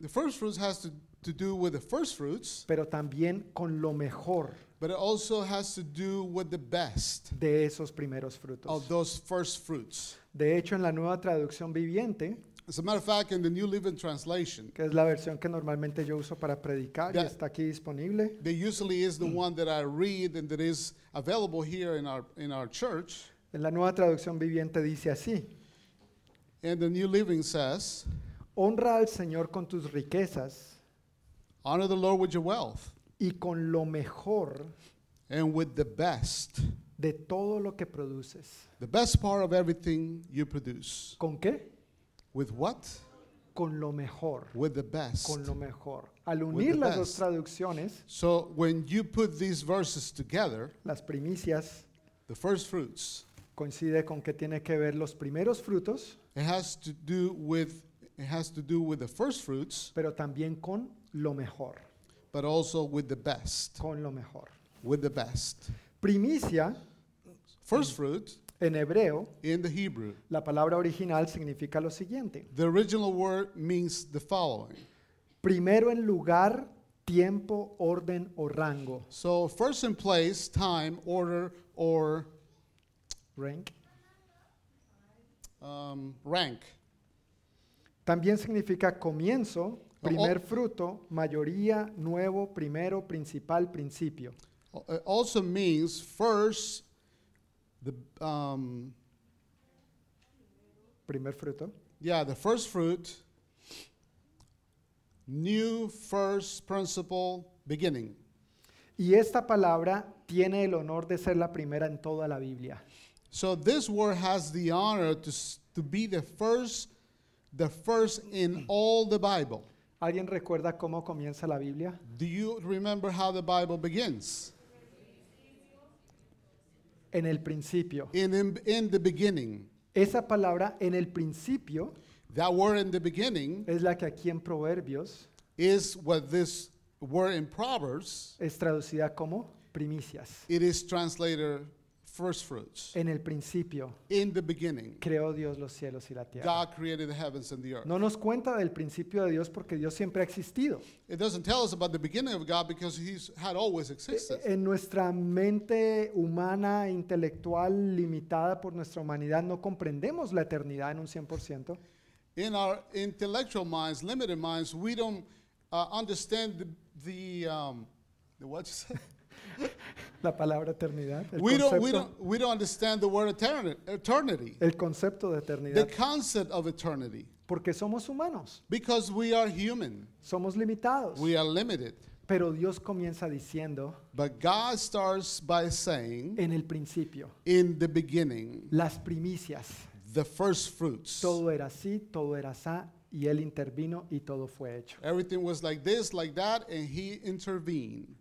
S3: the first fruits has to, to do with the first fruits,
S2: pero también con lo mejor
S3: but it also has to do with the best
S2: de esos primeros
S3: of
S2: frutos.
S3: those first fruits.
S2: De hecho, en la nueva traducción viviente,
S3: As a matter of fact, in the New Living Translation,
S2: que es la versión que normalmente yo uso para predicar y
S3: Ya.
S2: está aquí disponible,
S3: that usually is the one that I read and that is available here in our in our church.
S2: en la nueva traducción viviente dice así,
S3: And the New Living says,
S2: honra al Señor con tus riquezas
S3: "Honor the Lord with your wealth
S2: y con lo mejor
S3: and with the best,
S2: de todo lo que produces.
S3: the best part of everything you produce.
S2: ¿Con qué?
S3: With what?
S2: Con lo mejor,
S3: With the best."
S2: con lo mejor. Al unir las dos
S3: best.
S2: traducciones,
S3: So when you put these verses together,
S2: las primicias
S3: the first fruits,
S2: coincide con que tiene que ver los primeros frutos,
S3: it has to do with it has to do with the first fruits,
S2: pero también con lo mejor,
S3: but also with the best,
S2: con lo mejor.
S3: with the best.
S2: Primicia,
S3: First fruit
S2: en hebreo,
S3: in the Hebrew.
S2: la palabra original significa lo siguiente.
S3: The original word means the following.
S2: Primero en lugar, tiempo, orden o rango.
S3: So first in place, time, order, or
S2: Rank.
S3: um, rank.
S2: También significa comienzo, primer fruto, mayoría, nuevo, primero, principal, principio.
S3: Al- It also means first, the um,
S2: Primer fruto.
S3: Yeah, the first fruit, new first principle beginning.
S2: Y esta palabra tiene el honor de ser la primera en toda la Biblia.
S3: So this word has the honor to, s- to be the first, the first in all the Bible.
S2: ¿Alguien recuerda cómo comienza la Biblia?
S3: Do you remember how the Bible begins?
S2: En el principio.
S3: In, in, in the beginning.
S2: Esa palabra en el principio
S3: That word in the beginning
S2: es la que aquí en Proverbios
S3: is what this word in Proverbs,
S2: es traducida como primicias.
S3: it is translated first fruits.
S2: En el principio
S3: In the beginning,
S2: creó Dios los cielos y la tierra.
S3: God created the heavens and the earth.
S2: No nos cuenta del principio de Dios porque Dios siempre ha existido.
S3: It doesn't tell us about the beginning of God because he's had always existed.
S2: En nuestra mente humana, intelectual, limitada por nuestra humanidad, no comprendemos la eternidad en un 100%.
S3: In our intellectual minds, limited minds, we don't uh, understand the, the, um, the what you say?
S2: la palabra eternidad, (laughs) el
S3: We don't,
S2: concepto, Eh,
S3: we, don't, we don't understand the word eterni- eternity,
S2: el concepto de
S3: the
S2: eternidad,
S3: concept of eternity,
S2: porque somos humanos,
S3: because we are human.
S2: somos limitados.
S3: We are limited.
S2: Pero Dios comienza diciendo,
S3: But God starts by saying,
S2: en el principio,
S3: in the beginning,
S2: las primicias,
S3: the first fruits.
S2: todo era así, todo era asá, y Él intervino y todo fue hecho,
S3: Everything was like this, like that, and He intervened,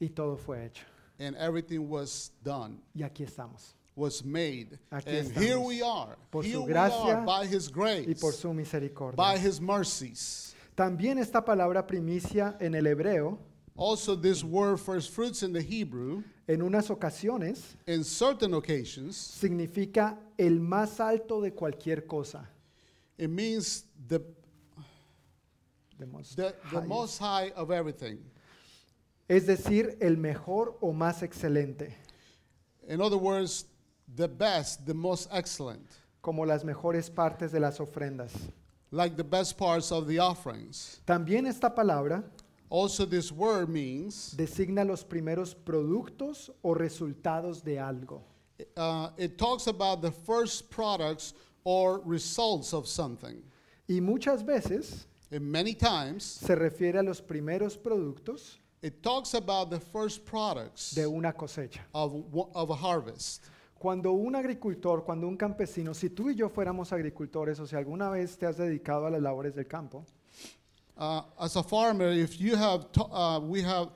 S2: y todo fue hecho.
S3: and everything was done,
S2: Y aquí estamos.
S3: was made.
S2: Aquí
S3: and here
S2: estamos.
S3: we are.
S2: Por
S3: here
S2: su
S3: we are
S2: gracia
S3: by His grace,
S2: Y por su
S3: by
S2: misericordia.
S3: His mercies.
S2: También esta palabra primicia en el hebreo,
S3: Also, this word first fruits in the Hebrew,
S2: en unas ocasiones,
S3: in certain occasions,
S2: significa el más alto de cualquier cosa.
S3: it means the,
S2: The most
S3: the, the
S2: highest.
S3: most high of everything.
S2: Es decir, el mejor o más excelente,
S3: In other words, the best, the most excellent,
S2: como las mejores partes de las ofrendas.
S3: like the best parts of the offerings.
S2: También esta palabra
S3: Also, this word means
S2: designa los primeros productos o resultados de algo.
S3: uh, it talks about the first products or results of something.
S2: Y muchas veces
S3: And many times,
S2: se refiere a los primeros productos
S3: it talks about the first products
S2: de una cosecha.
S3: of, wo- of a harvest.
S2: Cuando un agricultor, cuando un campesino, si tú y yo fuéramos agricultores o si alguna vez te has dedicado a las labores del campo,
S3: Uh, as a farmer, if you have, to, uh, we have,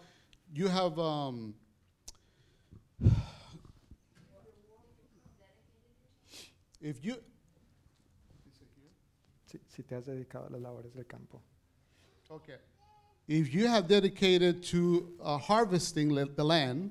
S3: you have, um, if you,
S2: si, si te has dedicado a las labores del campo,
S3: okay, if you have dedicated to uh, harvesting le- the land,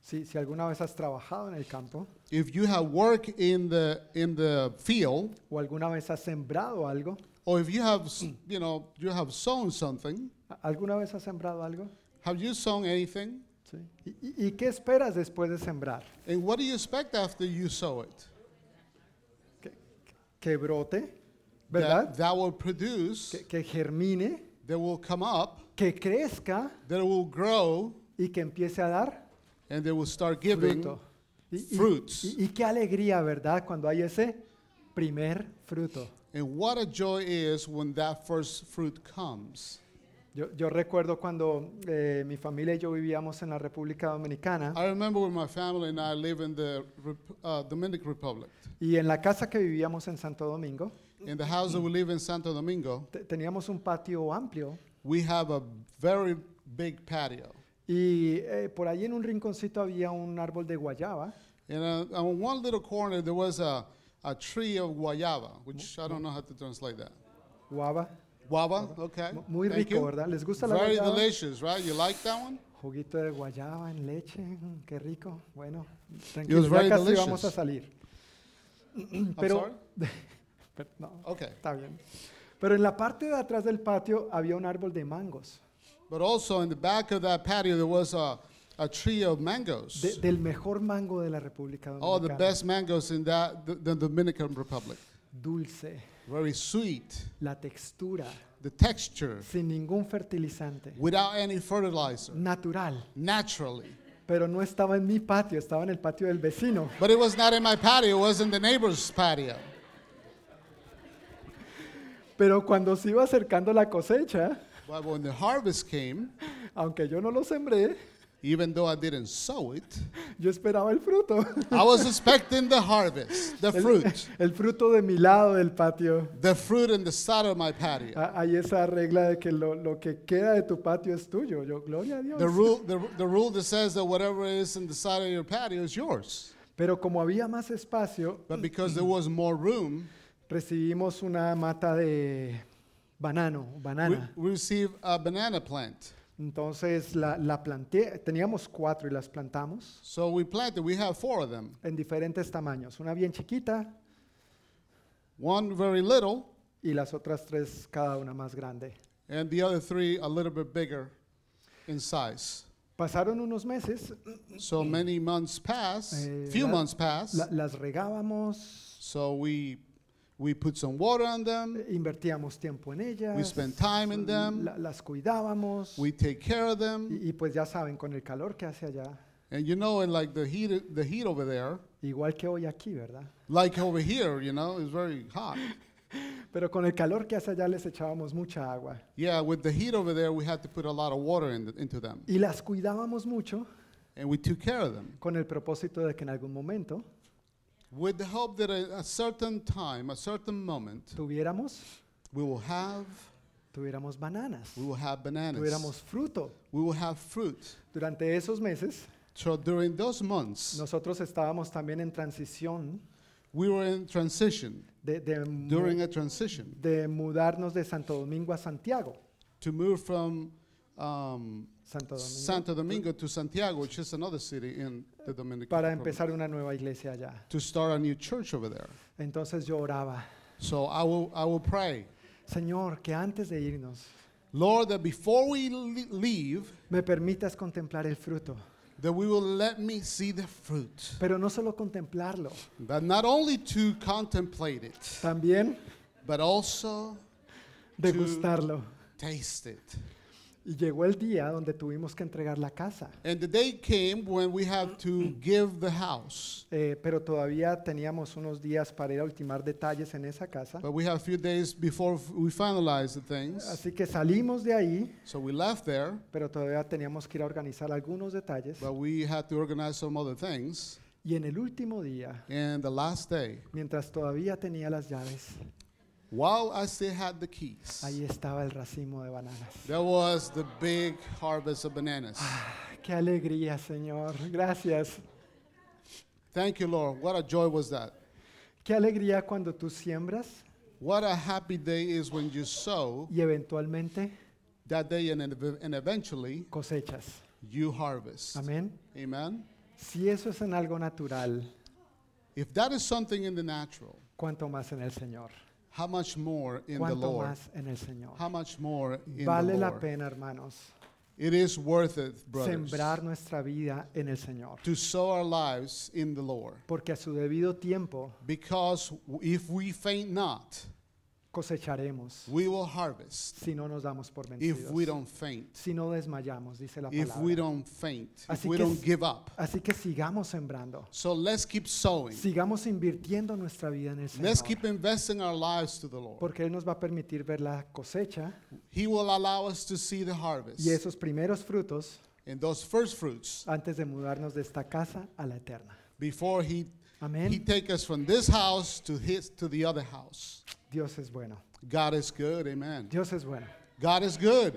S2: si, si alguna vez has trabajado en el campo
S3: if you have work in the in the field,
S2: o alguna vez has sembrado algo,
S3: or if you have, s- you know, you have sown something,
S2: ¿a- ¿alguna vez has sembrado algo?
S3: have you sown anything?
S2: Sí. ¿Y, y- y qué esperas después de sembrar?
S3: And what do you expect after you sow it?
S2: Que brote,
S3: That,
S2: ¿verdad?
S3: that will produce,
S2: Que, que germine,
S3: that will come up,
S2: que crezca
S3: that will grow,
S2: y que empiece a dar
S3: and they will start giving
S2: fruto. Y, y-
S3: fruits.
S2: y- y qué alegría, ¿verdad? Cuando hay ese primer fruto.
S3: And what a joy is when that first fruit comes.
S2: Yo, yo recuerdo cuando eh, mi familia y yo vivíamos en la República Dominicana
S3: I remember when my family and I live in the Rep- uh, Dominican Republic.
S2: y en la casa que vivíamos en Santo Domingo
S3: In the house that we live in Santo Domingo,
S2: te- teníamos un patio amplio
S3: we have a very big patio.
S2: y eh, por ahí en un rinconcito había un árbol de guayaba
S3: And uh, on one little corner, there was a, a tree of guayaba, which I don't know how to translate that.
S2: guava
S3: Guava, okay.
S2: mu- muy
S3: Ah, thank
S2: rico,
S3: you.
S2: ¿verdad? ¿Les gusta la
S3: Very
S2: guayaba?
S3: delicious, right? You like that one?
S2: Juguito de guayaba en leche, mm, qué rico. Bueno,
S3: It
S2: tranquilo,
S3: was
S2: ya
S3: very
S2: casi
S3: delicious.
S2: vamos a salir. (clears throat)
S3: I'm
S2: Pero,
S3: sorry?
S2: pero no,
S3: Okay.
S2: está bien. Pero en la parte de atrás del patio había un árbol de mangos,
S3: But also in the back of that patio, there was a, a tree of
S2: de-
S3: mangoes.
S2: del mejor mango de la República
S3: All Oh, the
S2: Dominicana.
S3: best mangoes in that the, the Dominican Republic.
S2: Dulce,
S3: Very sweet.
S2: la textura,
S3: The texture,
S2: sin ningún fertilizante,
S3: without any fertilizer,
S2: natural.
S3: naturally.
S2: Pero no estaba en mi patio, estaba en el patio del vecino.
S3: But it was not in my patio, it was in the neighbor's patio.
S2: Pero cuando se iba acercando la cosecha,
S3: But when the harvest came,
S2: aunque yo no lo sembré,
S3: even though I didn't sow it,
S2: yo esperaba el fruto. (laughs)
S3: I was expecting the harvest, the fruit,
S2: El fruto de mi lado del patio.
S3: the fruit in the side of my patio.
S2: Ha- Hay esa regla de que lo, lo que queda de tu patio es tuyo. Yo, gloria a Dios.
S3: The rule, the, the rule that says that whatever is in the side of your patio is yours.
S2: Pero como había más espacio,
S3: But because there was more room,
S2: recibimos una mata de banano,
S3: we,
S2: banana.
S3: we received a banana plant.
S2: Entonces la, la planté, teníamos cuatro y las plantamos
S3: So we planted, we have four of them.
S2: en diferentes tamaños. Una bien chiquita
S3: One very little,
S2: y las otras tres cada una más grande.
S3: and the other three a little bit bigger in size.
S2: Pasaron unos meses,
S3: So many months pass,
S2: Eh,
S3: few
S2: Mm. la-
S3: months pass.
S2: la- las regábamos,
S3: so we we put some water on them.
S2: eh, invertíamos tiempo en ellas,
S3: We spent time in them.
S2: la- las cuidábamos.
S3: We take care of them.
S2: Y, y pues ya saben, con el calor que hace allá,
S3: And you know, and like the heat, the heat over there,
S2: Igual que hoy aquí, ¿verdad?
S3: like over here, you know, is very hot.
S2: Pero con el calor que hace allá les echábamos mucha agua.
S3: Yeah, with the heat over there, we had to put a lot of water in into them,
S2: Y las cuidábamos mucho
S3: and we took care of them.
S2: con el propósito de que en algún momento
S3: With the hope that at a certain time, a certain moment,
S2: tuviéramos,
S3: we will have,
S2: tuviéramos bananas,
S3: we will have bananas,
S2: tuviéramos fruto.
S3: we will have fruit.
S2: Durante esos meses
S3: So during those months,
S2: nosotros estábamos también en transición
S3: we were in transition.
S2: de, de mu-
S3: During a transition,
S2: de mudarnos de Santo Domingo a Santiago.
S3: to move from um,
S2: Santo Domingo.
S3: Santo Domingo to Santiago, which is another city in the Dominican
S2: para
S3: Republic,
S2: empezar una nueva iglesia allá.
S3: to start a new church over there.
S2: Entonces yo oraba,
S3: So I will, I will pray,
S2: Señor, que antes de irnos
S3: Lord, that before we le- leave,
S2: me permitas contemplar el fruto,
S3: that we will let me see the fruit.
S2: pero no solo contemplarlo,
S3: But not only to contemplate it,
S2: también
S3: but also
S2: degustarlo.
S3: taste it.
S2: Y llegó el día donde tuvimos que entregar la casa,
S3: And the day came when we had to give the house.
S2: eh, pero todavía teníamos unos días para ir a ultimar detalles en esa casa.
S3: But we have a few days before f- we finalize the things.
S2: Así que salimos de ahí,
S3: So we left there,
S2: pero todavía teníamos que ir a organizar algunos detalles.
S3: but we had to organize some other things.
S2: Y en el último día,
S3: And the last day,
S2: mientras todavía tenía las llaves,
S3: while I still had the keys,
S2: ahí estaba el racimo de bananas.
S3: there was the big harvest of bananas. (sighs)
S2: Qué alegría, Señor. Gracias.
S3: Thank you, Lord. What a joy was that.
S2: Qué alegría cuando tú siembras
S3: What a happy day is when you sow
S2: y eventualmente
S3: that day and, ev- and eventually
S2: cosechas.
S3: you harvest.
S2: Amén.
S3: Amen.
S2: Si eso es en algo natural,
S3: If that is something in the natural,
S2: cuánto más en el Señor.
S3: how much more in the
S2: Cuánto
S3: Lord?
S2: más en el Señor.
S3: How much more in
S2: Vale
S3: the
S2: la
S3: Lord?
S2: pena, hermanos,
S3: It is worth it, brothers,
S2: sembrar nuestra vida en el Señor,
S3: to sow our lives in the Lord.
S2: porque a su debido tiempo
S3: Because w- if we faint not,
S2: cosecharemos
S3: we will harvest.
S2: si no nos damos por
S3: If we
S2: vencidos.
S3: don't faint,
S2: Si no desmayamos, dice la
S3: if we
S2: palabra.
S3: don't faint, if
S2: Así
S3: we
S2: que
S3: don't
S2: s-
S3: give up.
S2: Así que sigamos sembrando.
S3: So let's keep sowing.
S2: Sigamos invirtiendo nuestra vida en el
S3: Let's
S2: Señor.
S3: keep investing our lives to the Lord.
S2: Porque Él nos va a permitir ver la cosecha
S3: He will allow us to see the harvest
S2: y esos primeros frutos
S3: and those first fruits
S2: antes de mudarnos de esta casa a la eterna.
S3: before He He
S2: Amén.
S3: take us from this house to his to the other house.
S2: Dios es bueno.
S3: God is good, amen.
S2: Dios es bueno.
S3: God is good.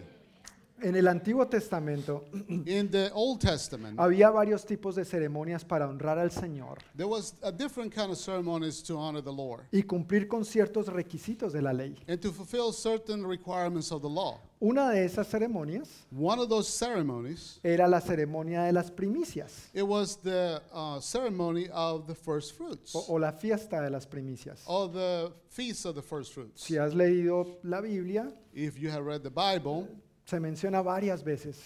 S2: En el Antiguo Testamento
S3: In the Old Testament,
S2: había varios tipos de ceremonias para honrar al Señor
S3: there was a different kind of ceremonies to honor the Lord
S2: y cumplir con ciertos requisitos de la ley.
S3: and to fulfill certain requirements of the law.
S2: Una de esas ceremonias
S3: One of those ceremonies,
S2: era la ceremonia de las primicias
S3: it was the uh, ceremony of the first fruits
S2: o, o la fiesta de las primicias.
S3: or the feast of the first fruits.
S2: Si has leído la Biblia,
S3: If you have read the Bible,
S2: se menciona varias veces,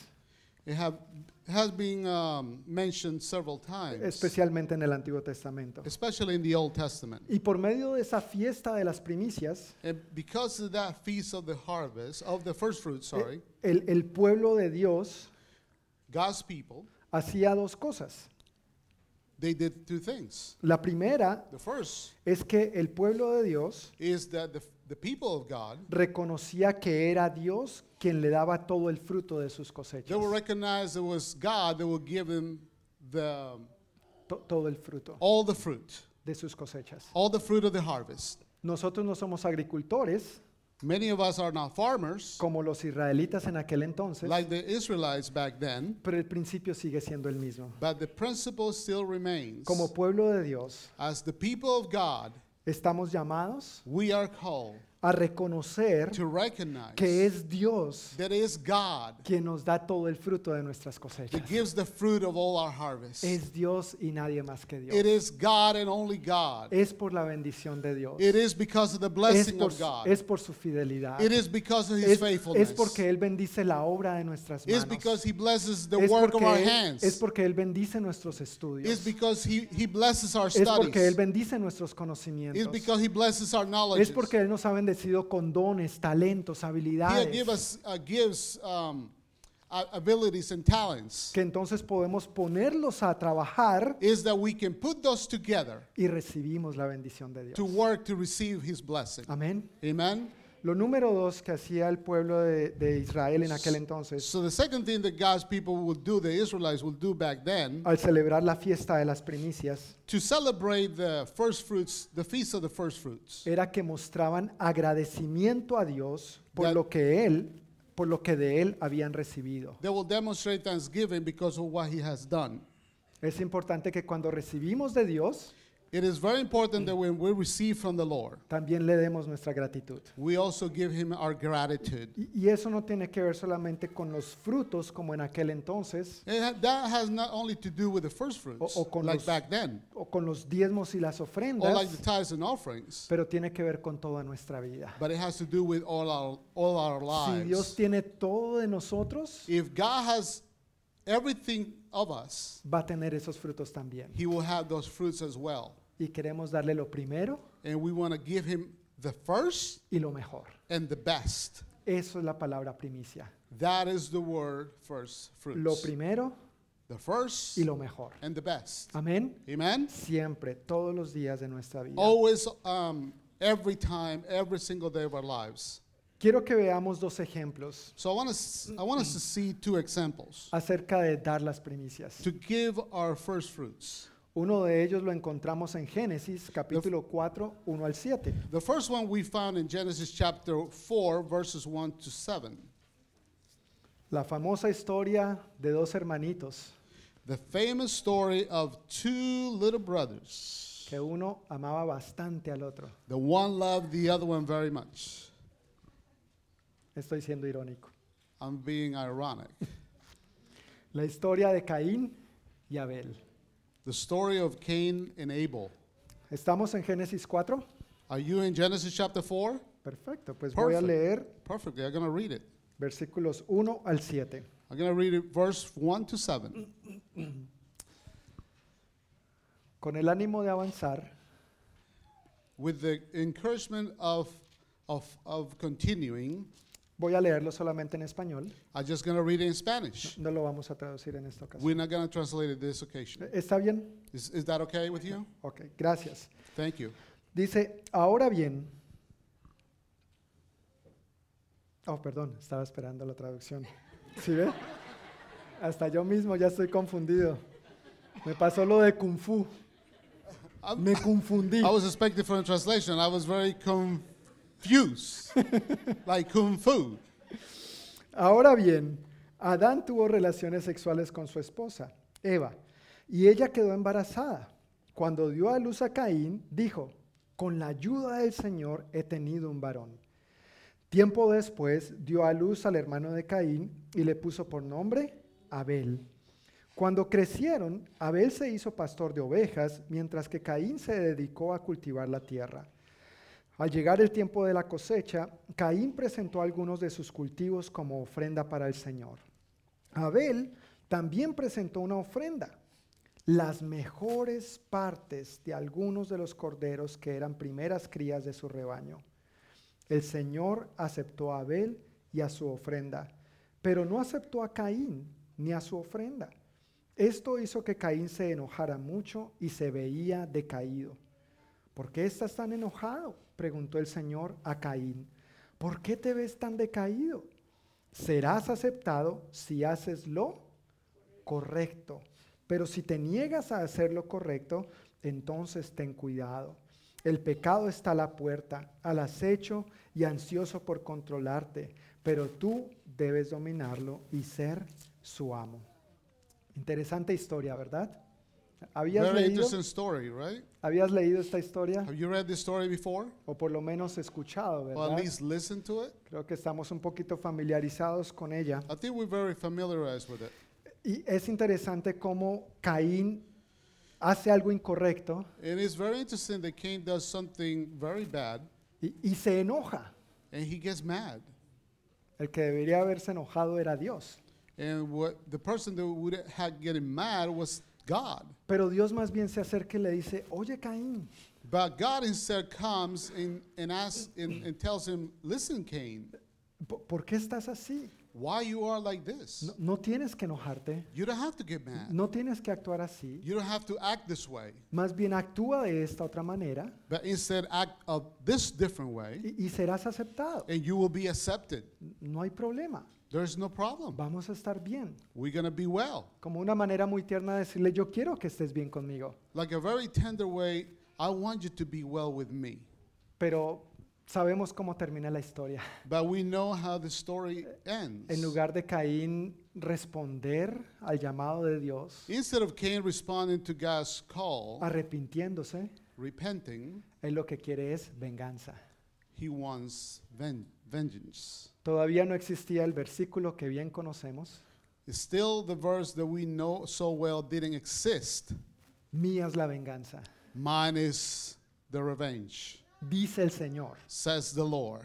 S3: it have, has been um, mentioned several times,
S2: especialmente en el Antiguo Testamento.
S3: especially in the Old Testament.
S2: Y por medio de esa fiesta de las primicias,
S3: And because of that feast of the harvest, of the first fruit, sorry,
S2: e, el, el pueblo de Dios
S3: God's people,
S2: hacía dos cosas.
S3: they did two things.
S2: La primera
S3: The first
S2: es que el pueblo de Dios
S3: is that the, the people of God,
S2: reconocía que era Dios quien le daba todo el fruto de sus
S3: they
S2: cosechas.
S3: will recognize it was God that will give them the,
S2: To- todo el fruto
S3: all the fruit,
S2: de sus cosechas.
S3: all the fruit of the harvest.
S2: Nosotros no somos agricultores
S3: Many of us are not farmers,
S2: como los israelitas en aquel entonces,
S3: like the Israelites back then,
S2: pero el principio sigue siendo el mismo.
S3: but the principle still remains.
S2: Como pueblo de Dios,
S3: As the people of God,
S2: estamos llamados
S3: we are called
S2: a reconocer
S3: to recognize
S2: que es Dios
S3: that it is God
S2: quien nos da todo el fruto de nuestras cosechas.
S3: that gives the fruit of all our harvest.
S2: Es Dios y nadie más que Dios.
S3: It is God and only God.
S2: Es por la bendición de Dios.
S3: It is because of the
S2: Es
S3: blessing
S2: por,
S3: of
S2: su,
S3: God.
S2: es por su fidelidad.
S3: It is because of His
S2: Es, es
S3: faithfulness.
S2: porque Él bendice la obra de nuestras manos.
S3: It's because He blesses the
S2: es,
S3: work of
S2: porque
S3: our
S2: él, es
S3: hands.
S2: porque Él bendice nuestros
S3: It's
S2: estudios.
S3: because He, he blesses our
S2: Es porque Él
S3: studies.
S2: bendice nuestros
S3: It's
S2: conocimientos.
S3: because He blesses our knowledge.
S2: Es porque Él nos ha bendecido con dones, talentos,
S3: He
S2: habilidades.
S3: give us, uh, gives um, uh, abilities and talents
S2: que entonces podemos ponerlos a trabajar
S3: is that we can put those together
S2: y recibimos la bendición de Dios.
S3: to work to receive his blessing.
S2: Amén.
S3: Amen.
S2: Lo número dos que hacía el pueblo de, de Israel en aquel entonces,
S3: So the second thing that God's people would do, the Israelites would do back then,
S2: al celebrar la fiesta de las primicias,
S3: to celebrate the first fruits, the feast of the first fruits,
S2: era que mostraban agradecimiento a Dios por
S3: Ya-
S2: lo que él, por lo que de él habían recibido.
S3: they will demonstrate thanksgiving because of what he has done.
S2: Es importante que cuando recibimos de Dios,
S3: It is very important that when we receive from the Lord,
S2: también le demos nuestra gratitud.
S3: we also give him our gratitude.
S2: Y, y eso no tiene que ver solamente con los frutos como en aquel entonces,
S3: It ha- that has not only to do with the first fruits,
S2: O- o con
S3: like
S2: los-
S3: back then,
S2: o con los diezmos y las
S3: or like the
S2: ofrendas,
S3: tithes and offerings,
S2: pero tiene que ver con toda nuestra vida.
S3: but it has to do with all our, all our
S2: Si Dios
S3: lives.
S2: tiene todo de nosotros,
S3: If God has everything of us,
S2: va a tener esos frutos también.
S3: He will have those fruits as well.
S2: Y queremos darle lo primero
S3: And we want to give Him the first
S2: y lo mejor.
S3: and the best.
S2: Eso es la palabra primicia.
S3: That is the word first
S2: Lo
S3: fruits.
S2: primero
S3: The first
S2: y lo mejor.
S3: and the best.
S2: Amén.
S3: Amen?
S2: Siempre, todos los días de nuestra vida.
S3: Always, um, every time, every single day of our lives.
S2: Quiero que veamos dos ejemplos
S3: So I want, to, I want
S2: Mm.
S3: us to see two examples.
S2: acerca de dar las primicias.
S3: to give our first fruits.
S2: Uno de ellos lo encontramos en Génesis capítulo 4, 1 al 7.
S3: The first one we found in Genesis chapter 4, verses 1 to 7.
S2: La famosa historia de dos hermanitos
S3: The famous story of two little brothers.
S2: que uno amaba bastante al otro.
S3: The one loved the other one very much.
S2: Estoy siendo irónico.
S3: I'm being ironic.
S2: La historia de Caín y Abel.
S3: the story of Cain and Abel.
S2: ¿Estamos en Génesis 4?
S3: Are you in Genesis chapter 4?
S2: Perfecto, pues voy a
S3: Perfect.
S2: leer
S3: Perfectly. I'm going to read it.
S2: versículos 1 al 7.
S3: I'm going to read it verse 1 to 7.
S2: Con el ánimo de avanzar,
S3: With the encouragement of, of, of continuing,
S2: voy a leerlo solamente en español.
S3: I'm just going to read it in Spanish.
S2: No lo vamos a traducir en esta ocasión. ¿E-,
S3: We're not going to translate it this occasion.
S2: ¿Está bien?
S3: Is, is that okay with you?
S2: Ok, gracias.
S3: Thank you.
S2: Dice, ahora bien. Oh, perdón, estaba esperando la traducción. ¿Sí ve? Hasta yo mismo ya estoy confundido. Me pasó lo de Kung Fu.
S3: I'm-
S2: Me confundí.
S3: I was expecting for a translation. I was very confused, like kung fu.
S2: Ahora bien, Adán tuvo relaciones sexuales con su esposa, Eva, y ella quedó embarazada. Cuando dio a luz a Caín, dijo, con la ayuda del Señor he tenido un varón. Tiempo después dio a luz al hermano de Caín y le puso por nombre Abel. Cuando crecieron, Abel se hizo pastor de ovejas, mientras que Caín se dedicó a cultivar la tierra. Al llegar el tiempo de la cosecha, Caín presentó algunos de sus cultivos como ofrenda para el Señor. Abel también presentó una ofrenda, las mejores partes de algunos de los corderos que eran primeras crías de su rebaño. El Señor aceptó a Abel y a su ofrenda, pero no aceptó a Caín ni a su ofrenda. Esto hizo que Caín se enojara mucho y se veía decaído. ¿Por qué estás tan enojado? preguntó el Señor a Caín. ¿Por qué te ves tan decaído? Serás aceptado si haces lo correcto, pero si te niegas a hacer lo correcto, entonces ten cuidado. El pecado está a la puerta, al acecho y ansioso por controlarte, pero tú debes dominarlo y ser su amo. Interesante historia, ¿verdad? ¿Habías
S3: Very
S2: leído?
S3: interesting story, right?
S2: ¿Habías leído esta historia?
S3: Have you read this story before?
S2: O por lo menos escuchado,
S3: Or at
S2: ¿verdad?
S3: least listened to it?
S2: Creo que estamos un poquito familiarizados con ella.
S3: I think we're very familiarized with it.
S2: Y es interesante cómo Caín hace algo incorrecto
S3: And it's very interesting that Cain does something very bad
S2: y, y se enoja.
S3: and he gets mad.
S2: El que debería haberse enojado era Dios.
S3: And what the person that would have getting mad was God.
S2: Pero Dios más bien se acerca y le dice, oye Caín,
S3: But God instead comes and, and asks and, and tells him, Listen, Cain,
S2: ¿po- ¿por qué estás así?
S3: why you are like this.
S2: No, no tienes que enojarte,
S3: You don't have to get mad.
S2: no tienes que actuar así,
S3: You don't have to act this way.
S2: más bien actúa de esta otra manera
S3: But instead, act of this different way,
S2: y, y serás aceptado.
S3: and you will be accepted.
S2: No hay problema,
S3: There's no problem.
S2: vamos a estar bien.
S3: We're going to be well.
S2: Como una manera muy tierna de decirle, yo quiero que estés bien conmigo,
S3: Like a very tender way, I want you to be well with me.
S2: pero sabemos cómo termina la historia. (laughs)
S3: But we know how the story ends.
S2: En lugar de Caín responder al llamado de Dios,
S3: Instead of Cain responding to God's call,
S2: arrepintiéndose,
S3: repenting,
S2: él lo que quiere es venganza.
S3: he wants ven- vengeance.
S2: Todavía no existía el versículo que bien conocemos,
S3: It's still the verse that we know so well didn't exist.
S2: mía es la venganza,
S3: Mine is the revenge,
S2: dice el Señor.
S3: says the Lord.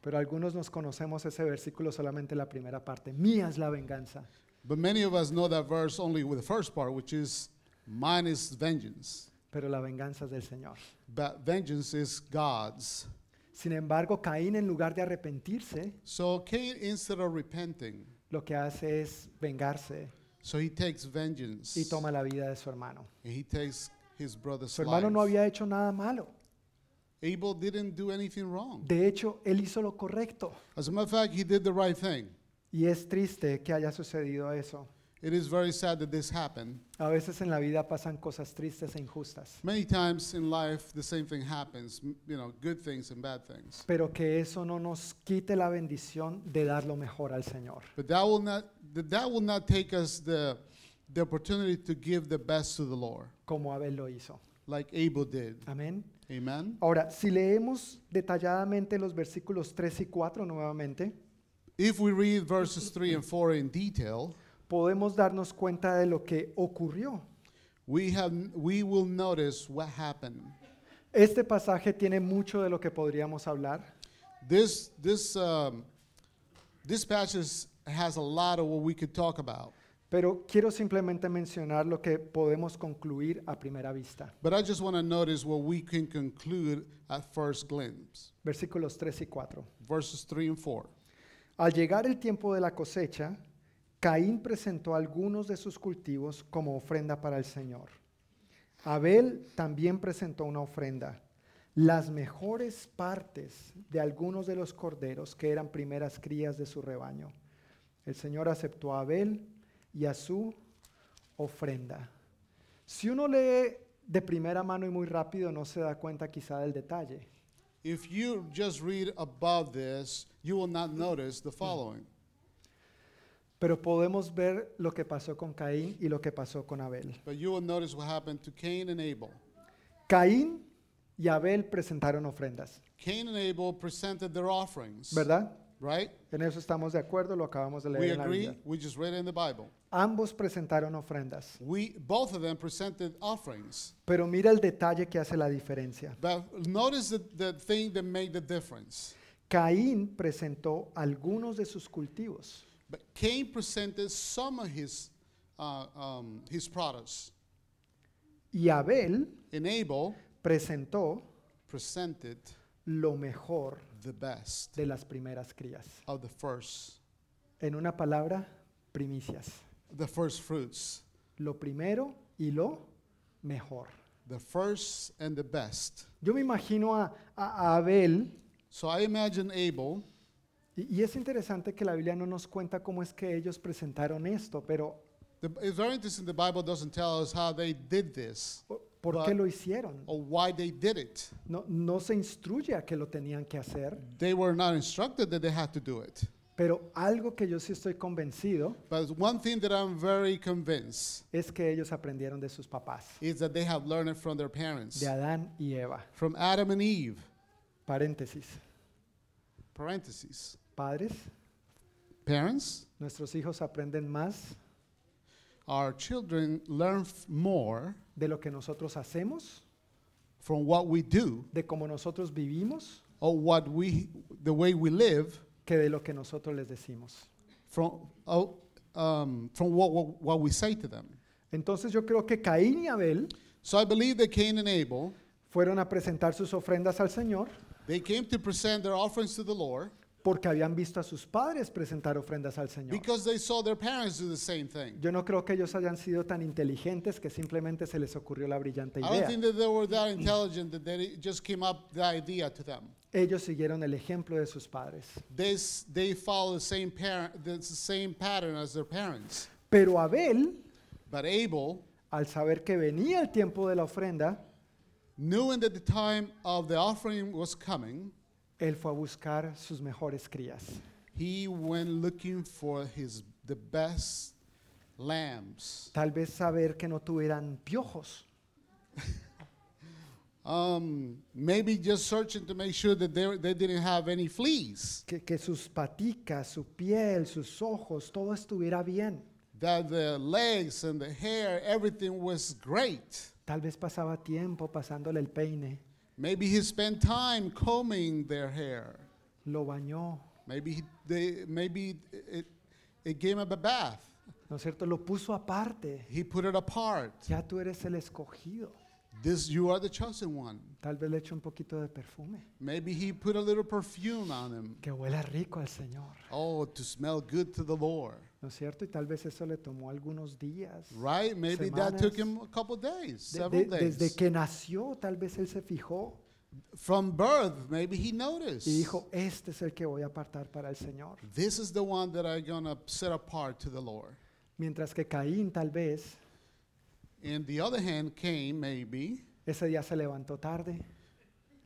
S2: Pero algunos nos conocemos ese versículo solamente la primera parte, mía es la venganza.
S3: But many of us know that verse only with the first part, which is mine is vengeance.
S2: Pero la venganza es del Señor.
S3: But vengeance is God's.
S2: Sin embargo, Caín en lugar de arrepentirse,
S3: So Cain, instead of repenting,
S2: lo que hace es vengarse
S3: so he takes vengeance.
S2: y toma la vida de su hermano.
S3: And he takes his brother's
S2: Su hermano
S3: life.
S2: no había hecho nada malo.
S3: Abel didn't do anything wrong.
S2: De hecho, él hizo lo correcto.
S3: As a matter of fact, he did the right thing.
S2: Y es triste que haya sucedido eso.
S3: It is very sad that this happened.
S2: A veces en la vida pasan cosas tristes e injustas,
S3: Many times in life, the same thing happens. m- You know, good things and bad things.
S2: pero que eso no nos quite la bendición de dar lo mejor al Señor.
S3: But that will not that, that will not take us the the opportunity to give the best to the Lord,
S2: como Abel lo hizo.
S3: like Abel did.
S2: Amén.
S3: Amen.
S2: Ahora, si leemos detalladamente los versículos 3 y 4 nuevamente,
S3: If we read verses three and four in detail,
S2: podemos darnos cuenta de lo que ocurrió.
S3: we have we will notice what happened.
S2: Este pasaje tiene mucho de lo que podríamos hablar,
S3: This this um, this passage has a lot of what we could talk about.
S2: pero quiero simplemente mencionar lo que podemos concluir a primera vista.
S3: But I just want to notice what we can conclude at first glimpse.
S2: Versículos 3 y 4.
S3: Verses 3 and 4.
S2: Al llegar el tiempo de la cosecha, Caín presentó algunos de sus cultivos como ofrenda para el Señor. Abel también presentó una ofrenda, las mejores partes de algunos de los corderos que eran primeras crías de su rebaño. El Señor aceptó a Abel y a su ofrenda. Si uno lee de primera mano y muy rápido, no se da cuenta quizá del detalle.
S3: If you just read above this, you will not notice the following.
S2: Pero podemos ver lo que pasó con Caín y lo que pasó con Abel.
S3: But you will notice what happened to Cain and Abel.
S2: Caín y Abel presentaron ofrendas,
S3: Cain and Abel presented their offerings.
S2: ¿verdad?
S3: Right?
S2: En eso estamos de acuerdo, lo acabamos de leer
S3: We
S2: en la
S3: agree.
S2: Biblia.
S3: We just read it in the Bible.
S2: Ambos presentaron ofrendas,
S3: We both of them presented offerings.
S2: pero mira el detalle que hace la diferencia.
S3: But notice the, the thing that made the difference.
S2: Caín presentó algunos de sus cultivos,
S3: But Cain presented some of his uh, um, his products.
S2: y Abel
S3: And Abel
S2: presentó
S3: presented
S2: lo mejor
S3: the best
S2: de las primeras crías.
S3: of the first,
S2: En una palabra, primicias.
S3: the first fruits,
S2: Lo primero y lo mejor.
S3: the first and the best.
S2: Yo me imagino a, a- a Abel
S3: So I imagine Abel,
S2: Y, y es interesante que la Biblia no nos cuenta cómo es que ellos presentaron esto, pero
S3: the, it's very interesting the Bible doesn't tell us how they did this
S2: o- ¿por
S3: But-
S2: qué lo hicieron?
S3: or why they did it.
S2: No, no se instruye a que lo tenían que hacer,
S3: They were not instructed that they had to do it.
S2: pero algo que yo sí estoy convencido
S3: But one thing that I'm very convinced
S2: es que ellos aprendieron de sus papás,
S3: is that they have learned it from their parents,
S2: de Adán y Eva.
S3: from Adam and Eve,
S2: Paréntesis.
S3: parentheses.
S2: Padres,
S3: Parents,
S2: nuestros hijos aprenden más
S3: our children learn f- more
S2: de lo que nosotros hacemos,
S3: from what we do
S2: de cómo nosotros vivimos,
S3: or what we the way we live
S2: que de lo que nosotros les decimos.
S3: from oh, um, from what, what what we say to them.
S2: Entonces yo creo que Caín y Abel
S3: So I believe that Cain and Abel
S2: fueron a presentar sus ofrendas al Señor
S3: they came to present their offerings to the Lord,
S2: porque habían visto a sus padres presentar ofrendas al Señor.
S3: because they saw their parents do the same thing.
S2: Yo no creo que ellos hayan sido tan inteligentes que simplemente se les ocurrió la brillante
S3: I don't
S2: idea.
S3: think that they were that intelligent that they just came up the idea to them.
S2: Ellos siguieron el ejemplo de sus padres.
S3: They, s- they follow the same, parent, the same pattern as their parents.
S2: Pero Abel,
S3: But Abel,
S2: al saber que venía el tiempo de la ofrenda,
S3: knowing that the time of the offering was coming,
S2: él fue a buscar sus mejores crías.
S3: he went looking for his, the best lambs.
S2: Tal vez saber que no tuvieran piojos,
S3: Um, maybe just searching to make sure that they, they didn't have any fleas,
S2: que, que sus paticas, su piel, sus ojos, todo estuviera bien.
S3: that the legs and the hair, everything was great.
S2: Tal vez pasaba tiempo pasándole el peine,
S3: Maybe he spent time combing their hair.
S2: lo bañó,
S3: Maybe he, they, maybe it, it gave him a bath.
S2: ¿no es cierto? Lo puso aparte.
S3: He put it apart.
S2: Ya tú eres el escogido.
S3: This you are the chosen one.
S2: Tal vez le echó un poquito de perfume.
S3: Maybe he put a little perfume on him.
S2: Que huela rico al Señor,
S3: Oh, to smell good to the Lord.
S2: ¿no es cierto? Y tal vez eso le tomó algunos días.
S3: Right? Maybe that took
S2: Semanas.
S3: him a couple days,
S2: De-
S3: several
S2: de-
S3: days.
S2: desde que nació, tal vez él se fijó
S3: From birth, maybe he noticed.
S2: y dijo, este es el que voy a apartar para el Señor.
S3: This is the one that I'm gonna set apart to the Lord.
S2: Mientras que Caín tal vez
S3: And the other hand came maybe
S2: ese día se levantó tarde.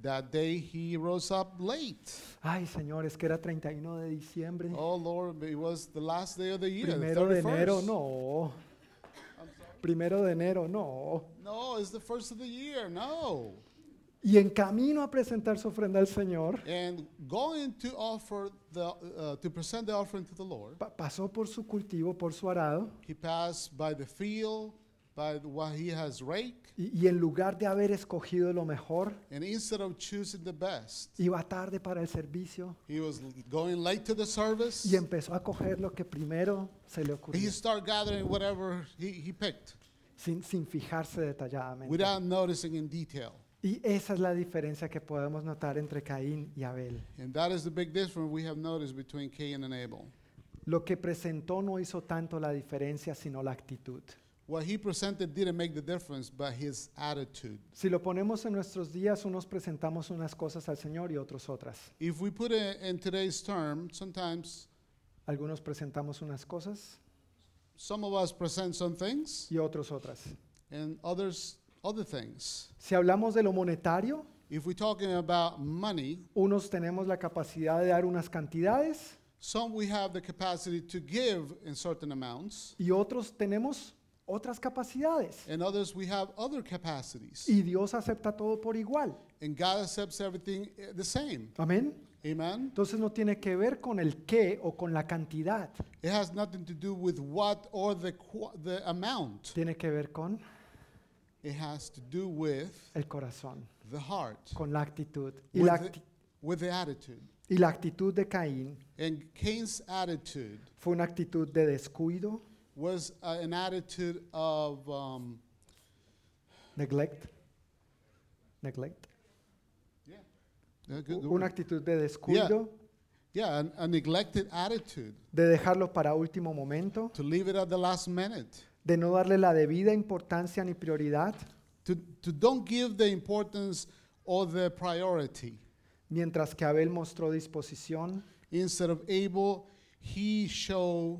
S3: that day he rose up late.
S2: Ay, Señor, es que era 31 de diciembre,
S3: Oh Lord, it was the last day of the year. the
S2: primero de
S3: 31st.
S2: enero, no. Primero de enero, no.
S3: No, it's the first of the year. No.
S2: Y en camino a presentar su ofrenda al Señor,
S3: And going to offer the uh, to present the offering to the Lord,
S2: pa- pasó por su cultivo, por su arado,
S3: he passed by the field, by the- what he has raked,
S2: y, y en lugar de haber escogido lo mejor,
S3: and instead of choosing the best,
S2: iba tarde para el servicio
S3: he was going late to the service.
S2: y empezó a coger lo que primero se le
S3: He
S2: ocurrió,
S3: started gathering whatever he, he picked
S2: sin, sin fijarse detalladamente.
S3: without noticing in detail.
S2: Y esa es la diferencia que podemos notar entre Caín y Abel.
S3: And that is the big difference we have noticed between Cain and Abel.
S2: Lo que presentó no hizo tanto la diferencia, sino la actitud.
S3: What he presented didn't make the difference, but his attitude.
S2: Si lo ponemos en nuestros días, unos presentamos unas cosas al Señor y otros otras.
S3: If we put it in today's term, sometimes
S2: Algunos presentamos unas cosas
S3: some of us present some things
S2: y otros otras.
S3: and others other things.
S2: Si hablamos de lo monetario,
S3: If we're talking about money,
S2: unos tenemos la capacidad de dar unas cantidades
S3: some we have the capacity to give in certain amounts,
S2: y otros tenemos otras capacidades.
S3: and others we have other capacities.
S2: Y Dios acepta todo por igual.
S3: And God accepts everything eh, the same.
S2: Amén.
S3: Amen.
S2: Entonces no tiene que ver con el qué o con la cantidad.
S3: It has nothing to do with what or the qu- the amount.
S2: Tiene que ver con
S3: It has to do with
S2: el corazón,
S3: the heart,
S2: con la actitud. Y
S3: with
S2: la,
S3: the,
S2: acti-
S3: with the attitude.
S2: y la actitud de Caín
S3: And Cain's attitude
S2: fue una actitud de descuido,
S3: was uh, an attitude of um,
S2: neglect. Neglect.
S3: yeah, yeah, good- good
S2: Una
S3: word.
S2: actitud de descuido,
S3: yeah, an- a neglected attitude
S2: de dejarlo para último momento,
S3: to leave it at the last minute,
S2: de no darle la debida importancia ni prioridad,
S3: to to don't give the importance or the priority.
S2: mientras que Abel mostró disposición,
S3: Instead of Abel, he showed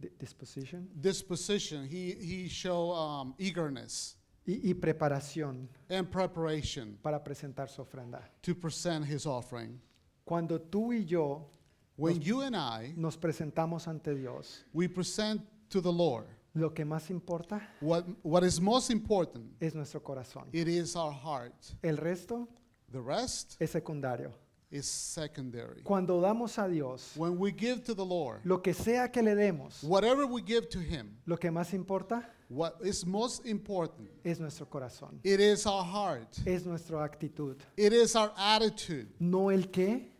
S2: di- disposition,
S3: disposition. He he showed um, eagerness
S2: y- y preparación
S3: and preparation
S2: para presentar su ofrenda.
S3: to present his offering.
S2: Cuando tú y yo
S3: When you and I
S2: nos presentamos ante Dios,
S3: we present to the Lord
S2: lo que más importa
S3: what what is most important.
S2: es nuestro corazón.
S3: It is our heart.
S2: El resto
S3: The rest
S2: es secundario.
S3: is secondary.
S2: Cuando damos a Dios,
S3: When we give to the Lord,
S2: lo que sea que le demos,
S3: whatever we give to Him,
S2: lo que más importa
S3: what is most important,
S2: es nuestro corazón,
S3: it is our heart.
S2: es nuestra actitud,
S3: It is our attitude,
S2: no el qué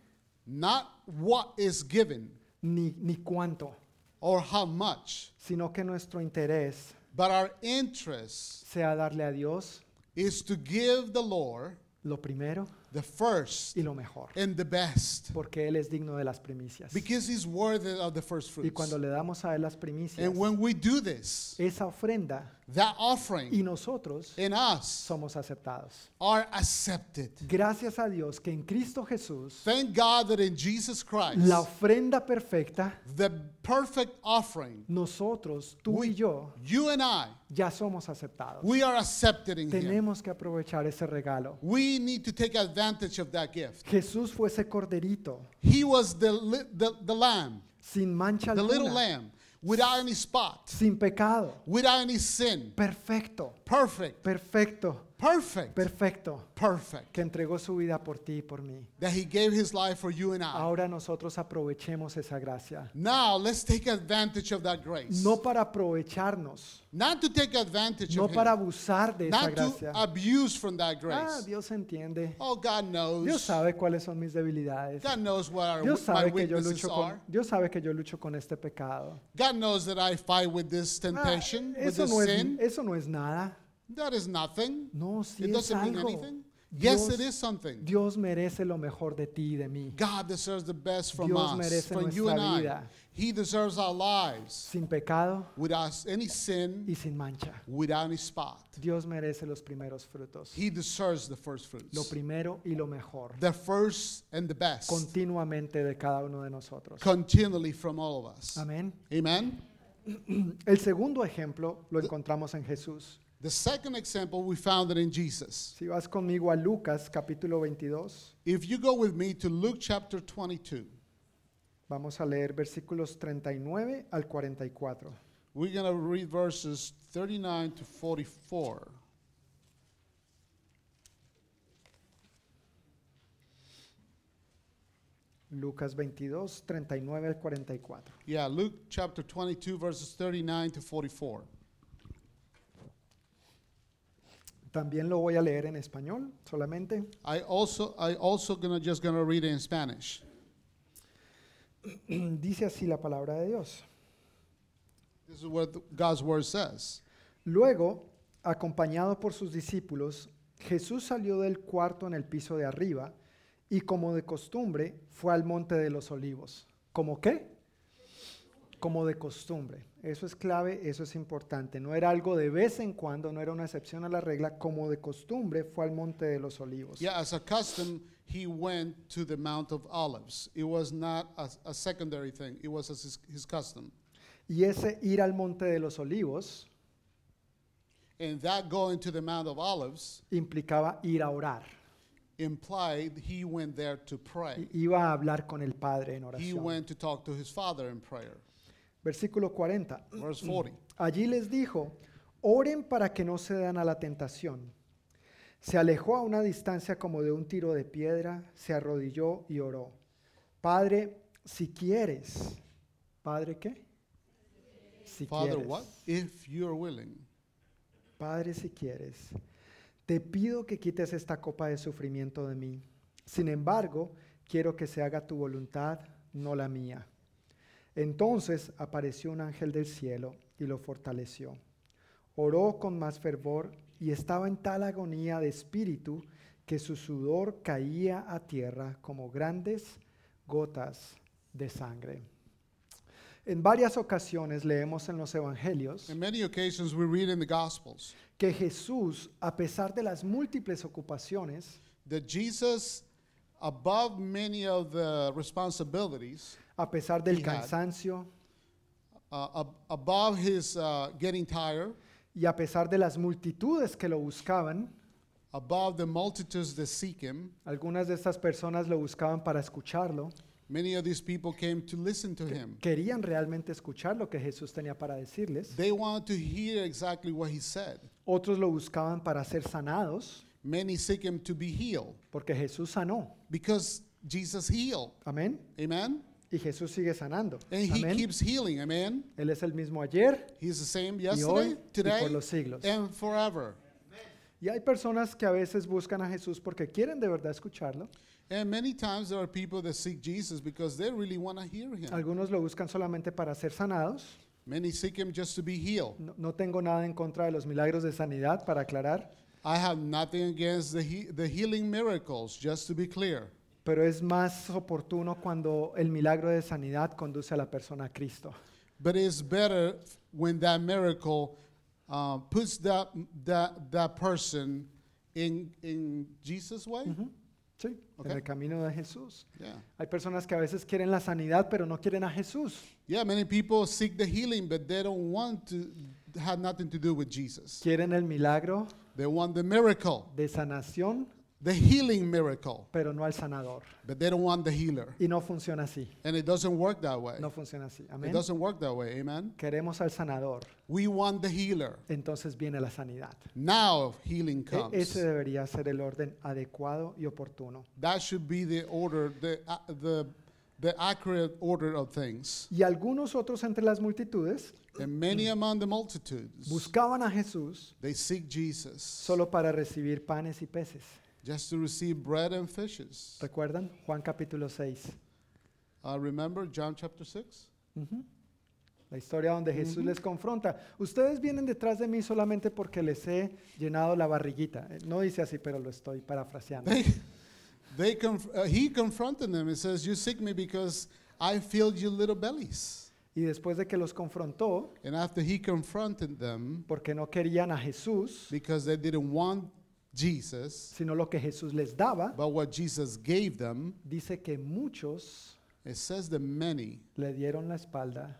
S3: not what is given
S2: ni, ni cuánto,
S3: or how much,
S2: sino que nuestro interés
S3: but our interest
S2: sea darle a Dios
S3: is to give the Lord
S2: lo primero
S3: the first
S2: y lo mejor,
S3: and the best,
S2: porque Él es digno de las primicias.
S3: because He's worthy of the first
S2: Y
S3: fruits.
S2: cuando le damos a Él las primicias,
S3: And when we do this,
S2: esa ofrenda
S3: that
S2: y
S3: offering
S2: nosotros
S3: in us
S2: somos aceptados.
S3: are accepted.
S2: Gracias a Dios que en Cristo Jesús
S3: Thank God that in Jesus Christ,
S2: la ofrenda perfecta,
S3: the perfect offering,
S2: nosotros, tú y yo,
S3: you and I,
S2: ya somos aceptados.
S3: we are accepted in Him.
S2: Tenemos que aprovechar ese regalo.
S3: We need to take advantage of that gift.
S2: Jesús fue ese corderito
S3: He was the, li- the, the lamb,
S2: sin mancha
S3: the little
S2: alguna,
S3: lamb, without any spot,
S2: sin pecado,
S3: without any sin.
S2: perfecto,
S3: Perfect,
S2: perfecto,
S3: perfect,
S2: perfecto,
S3: perfect.
S2: que entregó su vida por ti y por mí.
S3: That He gave His life for you and I.
S2: Ahora nosotros aprovechemos esa gracia,
S3: Now, let's take advantage of that grace.
S2: no para aprovecharnos,
S3: Not to take advantage
S2: no
S3: of
S2: para
S3: Him.
S2: abusar de esa
S3: Not
S2: gracia.
S3: to abuse from that
S2: Ah,
S3: grace.
S2: Dios entiende.
S3: Oh, God
S2: Dios
S3: knows.
S2: sabe cuáles son mis debilidades.
S3: God knows what our,
S2: Dios
S3: my
S2: sabe que yo
S3: weaknesses
S2: lucho
S3: are.
S2: con Dios sabe que yo lucho con este pecado.
S3: God knows that I fight with this
S2: Ah,
S3: temptation, with
S2: eso
S3: this
S2: no es
S3: sin.
S2: eso no es nada.
S3: That is nothing.
S2: No, sí
S3: It
S2: es
S3: doesn't mean
S2: algo.
S3: anything. Yes,
S2: Dios-
S3: it is something.
S2: Dios merece lo mejor de ti y de mí,
S3: God deserves the best from
S2: Dios
S3: us,
S2: merece
S3: from you
S2: nuestra
S3: and I.
S2: vida.
S3: He deserves our lives
S2: sin pecado
S3: without any sin,
S2: y sin mancha.
S3: without any spot.
S2: Dios merece los primeros frutos,
S3: He deserves the first
S2: lo
S3: fruits,
S2: primero y lo mejor,
S3: the first and the best,
S2: continuamente de cada uno de nosotros.
S3: continually from all of us.
S2: Amén.
S3: Amen.
S2: El segundo ejemplo lo encontramos en Jesús.
S3: The second example we found it in Jesus.
S2: Si vas conmigo a Lucas capítulo 22,
S3: If you go with me to Luke chapter 22,
S2: Vamos a leer versículos 39 al 44.
S3: we're going to read verses 39 to 44.
S2: Lucas 22, 39 al 44.
S3: Yeah, Luke chapter 22, verses 39 to 44.
S2: También lo voy a leer en español solamente. (clears throat)
S3: I also, I also gonna just gonna read it in Spanish.
S2: Dice así la palabra de Dios.
S3: This is what the- God's word says.
S2: Luego, acompañado por sus discípulos, Jesús salió del cuarto en el piso de arriba y como de costumbre fue al monte de los olivos. ¿Cómo qué? Como de costumbre. Eso es clave, eso es importante. No era algo de vez en cuando, no era una excepción a la regla. Como de costumbre fue al monte de los olivos.
S3: Yeah, as a custom, he went to the Mount of Olives. It was not a, a secondary thing. It was as his, his custom.
S2: Y ese ir al monte de los olivos
S3: And that going to the Mount of Olives
S2: implicaba ir a orar.
S3: implied he went there to pray.
S2: I- Iba a hablar con el Padre en
S3: He
S2: oración.
S3: went to talk to his father in prayer.
S2: Versículo 40.
S3: Verse 40.
S2: Allí les dijo, oren para que no se dan a la tentación. Se alejó a una distancia como de un tiro de piedra, se arrodilló y oró. Padre, si quieres, Padre qué? Si
S3: Father,
S2: quieres.
S3: what? If you're willing.
S2: Padre, si quieres, te pido que quites esta copa de sufrimiento de mí. Sin embargo, quiero que se haga tu voluntad, no la mía. Entonces apareció un ángel del cielo y lo fortaleció. Oró con más fervor y estaba en tal agonía de espíritu que su sudor caía a tierra como grandes gotas de sangre. En varias ocasiones leemos en los evangelios
S3: In many occasions, we read in the Gospels
S2: que Jesús, a pesar de las múltiples ocupaciones,
S3: that Jesus, above many of the responsibilities,
S2: a pesar del
S3: He had.
S2: cansancio
S3: uh, ab- above his uh, getting tired,
S2: y a pesar de las multitudes que lo buscaban,
S3: above the multitudes that seek him,
S2: algunas de estas personas lo buscaban para escucharlo,
S3: many of these people came to listen to him.
S2: querían realmente escuchar lo que Jesús tenía para decirles,
S3: They wanted to hear exactly what he said.
S2: otros lo buscaban para ser sanados,
S3: Many seek him to be healed
S2: porque Jesús sanó,
S3: because Jesus healed.
S2: amén,
S3: Amen?
S2: y Jesús sigue sanando,
S3: And he
S2: amén.
S3: keeps healing. Amen?
S2: Él es el mismo ayer
S3: He's the same
S2: y hoy
S3: yesterday,
S2: y
S3: today,
S2: por los siglos.
S3: and forever.
S2: Y hay personas que a veces buscan a Jesús porque quieren de verdad escucharlo,
S3: And many times there are people that seek Jesus because they really want to hear him.
S2: Algunos lo buscan solamente para ser sanados.
S3: Many seek him just to be healed.
S2: No, no tengo nada en contra de los milagros de sanidad, para aclarar.
S3: I have nothing against the, he- the healing miracles, just to be clear.
S2: pero es más oportuno cuando el milagro de sanidad conduce a la persona a Cristo.
S3: But it's better when that miracle uh, puts that, that, that person in, in Jesus' way.
S2: Mm-hmm. Sí,
S3: Ok.
S2: en el camino de Jesús.
S3: Yeah.
S2: Hay personas que a veces quieren la sanidad, pero no quieren a Jesús.
S3: Yeah, many people seek the healing, but they don't want to have nothing to do with Jesus.
S2: Quieren el milagro
S3: They want the miracle,
S2: de sanación,
S3: the healing miracle,
S2: pero no al sanador.
S3: but they don't want the healer.
S2: Y no funciona así.
S3: And it doesn't work that way.
S2: No funciona así.
S3: It
S2: Amén.
S3: doesn't work that way. Amen.
S2: Queremos al sanador,
S3: We want the healer.
S2: entonces viene la sanidad.
S3: Now healing
S2: E-
S3: comes.
S2: Ese debería ser el orden adecuado y oportuno.
S3: That should be the order, the, uh, the, the accurate order of things.
S2: Y algunos otros entre las multitudes
S3: And
S2: Mm.
S3: many among the multitudes,
S2: buscaban a Jesús
S3: they seek Jesus
S2: solo para recibir panes y peces.
S3: just to receive bread and fishes.
S2: ¿Recuerdan? Juan capítulo 6.
S3: Uh, remember John chapter 6?
S2: Ujú. La historia donde Jesús les confronta. Ustedes vienen detrás de mí solamente porque les he llenado la barriguita. Eh, No dice así, pero lo estoy
S3: (laughs)
S2: parafraseando.
S3: They, they conf- uh, he confronted them and says, You seek me because I filled your little bellies.
S2: Y después de que los confrontó,
S3: And after he confronted them,
S2: porque no querían a Jesús,
S3: because they didn't want Jesus,
S2: sino lo que Jesús les daba,
S3: but what Jesus gave them,
S2: dice que muchos
S3: it says the many,
S2: le dieron la espalda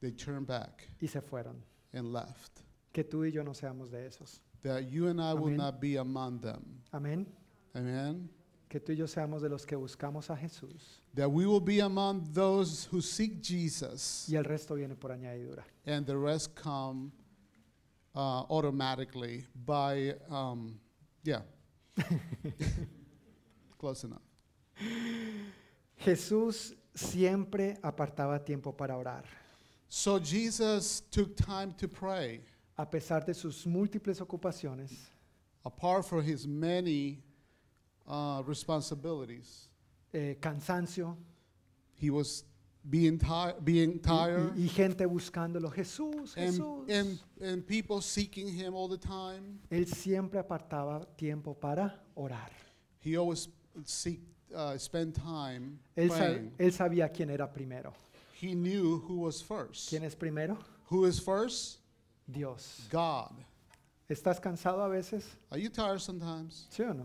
S3: they turned back
S2: y se fueron.
S3: and left.
S2: Que tú y yo no seamos de esos.
S3: That you and I will
S2: Amen.
S3: not be among them.
S2: Amén.
S3: Amen.
S2: Que tú y yo seamos de los que buscamos a Jesús
S3: That we will be among those who seek Jesus,
S2: y el resto viene por añadidura.
S3: and the rest come uh, automatically by, um, yeah. Close enough.
S2: Jesús siempre apartaba tiempo para orar.
S3: So Jesus took time to pray,
S2: A pesar de sus múltiples ocupaciones,
S3: apart from his many uh, responsibilities.
S2: eh, cansancio
S3: He was being, ti- being
S2: y-
S3: tired.
S2: y, y gente buscándolo. Jesús,
S3: Em,
S2: Jesús.
S3: and, and, and people seeking him all the time.
S2: Él siempre apartaba tiempo para orar.
S3: He always seek, uh, spend time
S2: Él, sa-
S3: praying.
S2: él sabía quién era primero.
S3: He knew who was first.
S2: ¿Quién es primero?
S3: Who is first?
S2: Dios.
S3: God.
S2: ¿Estás cansado a veces?
S3: Are you tired sometimes?
S2: ¿Sí o no?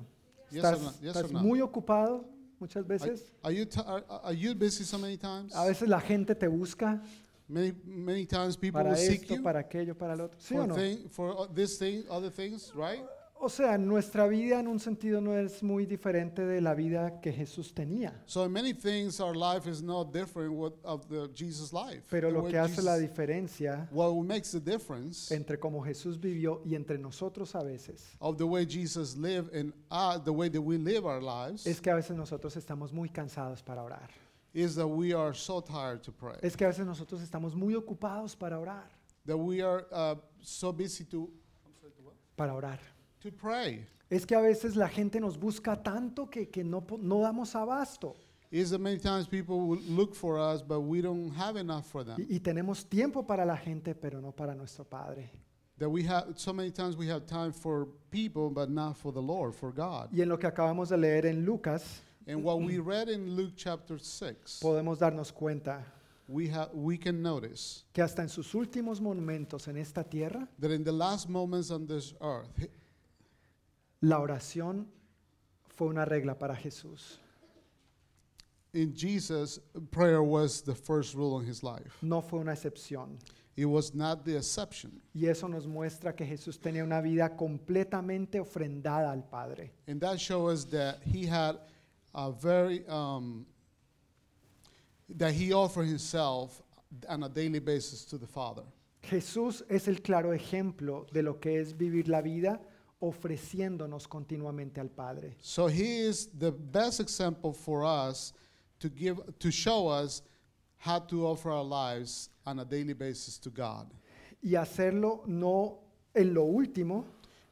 S3: Yes or
S2: ¿Estás,
S3: no- yes
S2: estás
S3: or no?
S2: muy ocupado muchas
S3: Are,
S2: veces?
S3: are you ti- are, are you busy so many times?
S2: A veces la gente te busca
S3: Many many times people
S2: para
S3: will seek
S2: esto,
S3: you
S2: para aquello, para lo otro. ¿Sí
S3: for
S2: o no?
S3: thing, for uh, this thing, other things, right?
S2: O sea, nuestra vida en un sentido no es muy diferente de la vida que Jesús tenía.
S3: So in many things, our life is not different what of the Jesus life.
S2: Pero
S3: the
S2: lo
S3: way
S2: que hace la
S3: Jesus-
S2: diferencia
S3: what makes the difference
S2: entre cómo Jesús vivió y entre nosotros a veces
S3: of the way Jesus lived and uh, the way that we live our lives
S2: es que a veces nosotros estamos muy cansados para orar.
S3: is that we are so tired to pray,
S2: Es que a veces nosotros estamos muy ocupados para orar.
S3: that we are uh, so busy to I'm sorry, to what?
S2: Para orar.
S3: to pray.
S2: Es que a veces la gente nos busca tanto que, que no, po- no damos abasto
S3: Is that many times people will look for us, but we don't have enough for them.
S2: y, y tenemos tiempo para la gente, pero no para nuestro Padre.
S3: That we have so many times we have time for people, but not for the Lord, for God.
S2: Y en lo que acabamos de leer en Lucas,
S3: And
S2: (clears throat)
S3: what we read in Luke chapter six,
S2: podemos darnos cuenta
S3: we have we can notice
S2: que hasta en sus últimos momentos en esta tierra,
S3: that in the last moments on this earth,
S2: la oración fue una regla para Jesús.
S3: in Jesus, prayer was the first rule in his life.
S2: No fue una excepción.
S3: It was not the exception.
S2: Y eso nos muestra que Jesús tenía una vida completamente ofrendada al Padre.
S3: And that shows us that he had a very, um, that he offered himself on a daily basis to the Father.
S2: Jesús es el claro ejemplo de lo que es vivir la vida ofreciéndonos continuamente al Padre.
S3: So he is the best example for us to give, to show us how to offer our lives on a daily basis to God.
S2: Y hacerlo no en lo último,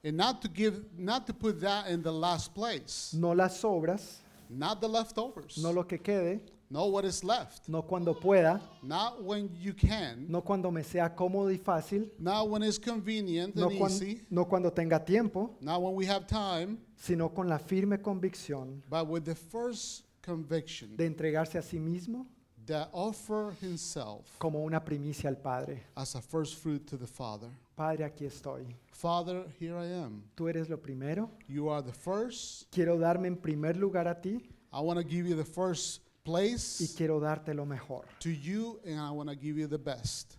S3: And not to give, not to put that in the last place,
S2: no las obras,
S3: not the leftovers,
S2: no lo que quede,
S3: Know what is left.
S2: no cuando pueda,
S3: Not when you can.
S2: no cuando me sea cómodo y fácil,
S3: Not when it's convenient
S2: no,
S3: and
S2: cuan-
S3: easy.
S2: no cuando tenga tiempo,
S3: Not when we have time.
S2: sino con la firme convicción
S3: But with the first conviction
S2: de entregarse a sí mismo
S3: that offer himself
S2: como una primicia al Padre.
S3: as a first fruit to the Father.
S2: Padre, aquí estoy.
S3: Father, here I am.
S2: Tú eres lo primero.
S3: You are the first.
S2: Quiero darme en primer lugar a ti
S3: I want to give you the first
S2: y
S3: place
S2: quiero darte lo mejor.
S3: to you, and I want to give you the best.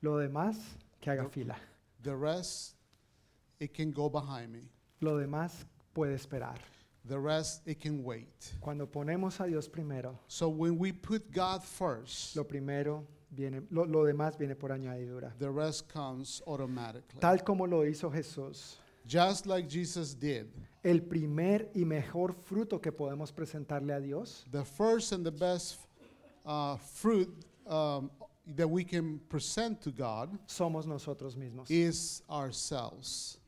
S2: Lo demás, que haga fila.
S3: The rest, it can go behind me.
S2: Lo demás puede esperar.
S3: The rest, it can wait.
S2: Cuando ponemos a Dios primero,
S3: So when we put God first,
S2: lo primero viene, lo, lo demás viene por añadidura.
S3: the rest comes automatically.
S2: Tal como lo hizo Jesús,
S3: Just like Jesus did.
S2: el primer y mejor fruto que podemos presentarle a Dios
S3: The first and the best uh, fruit um, that we can present to God
S2: somos nosotros mismos.
S3: is ourselves.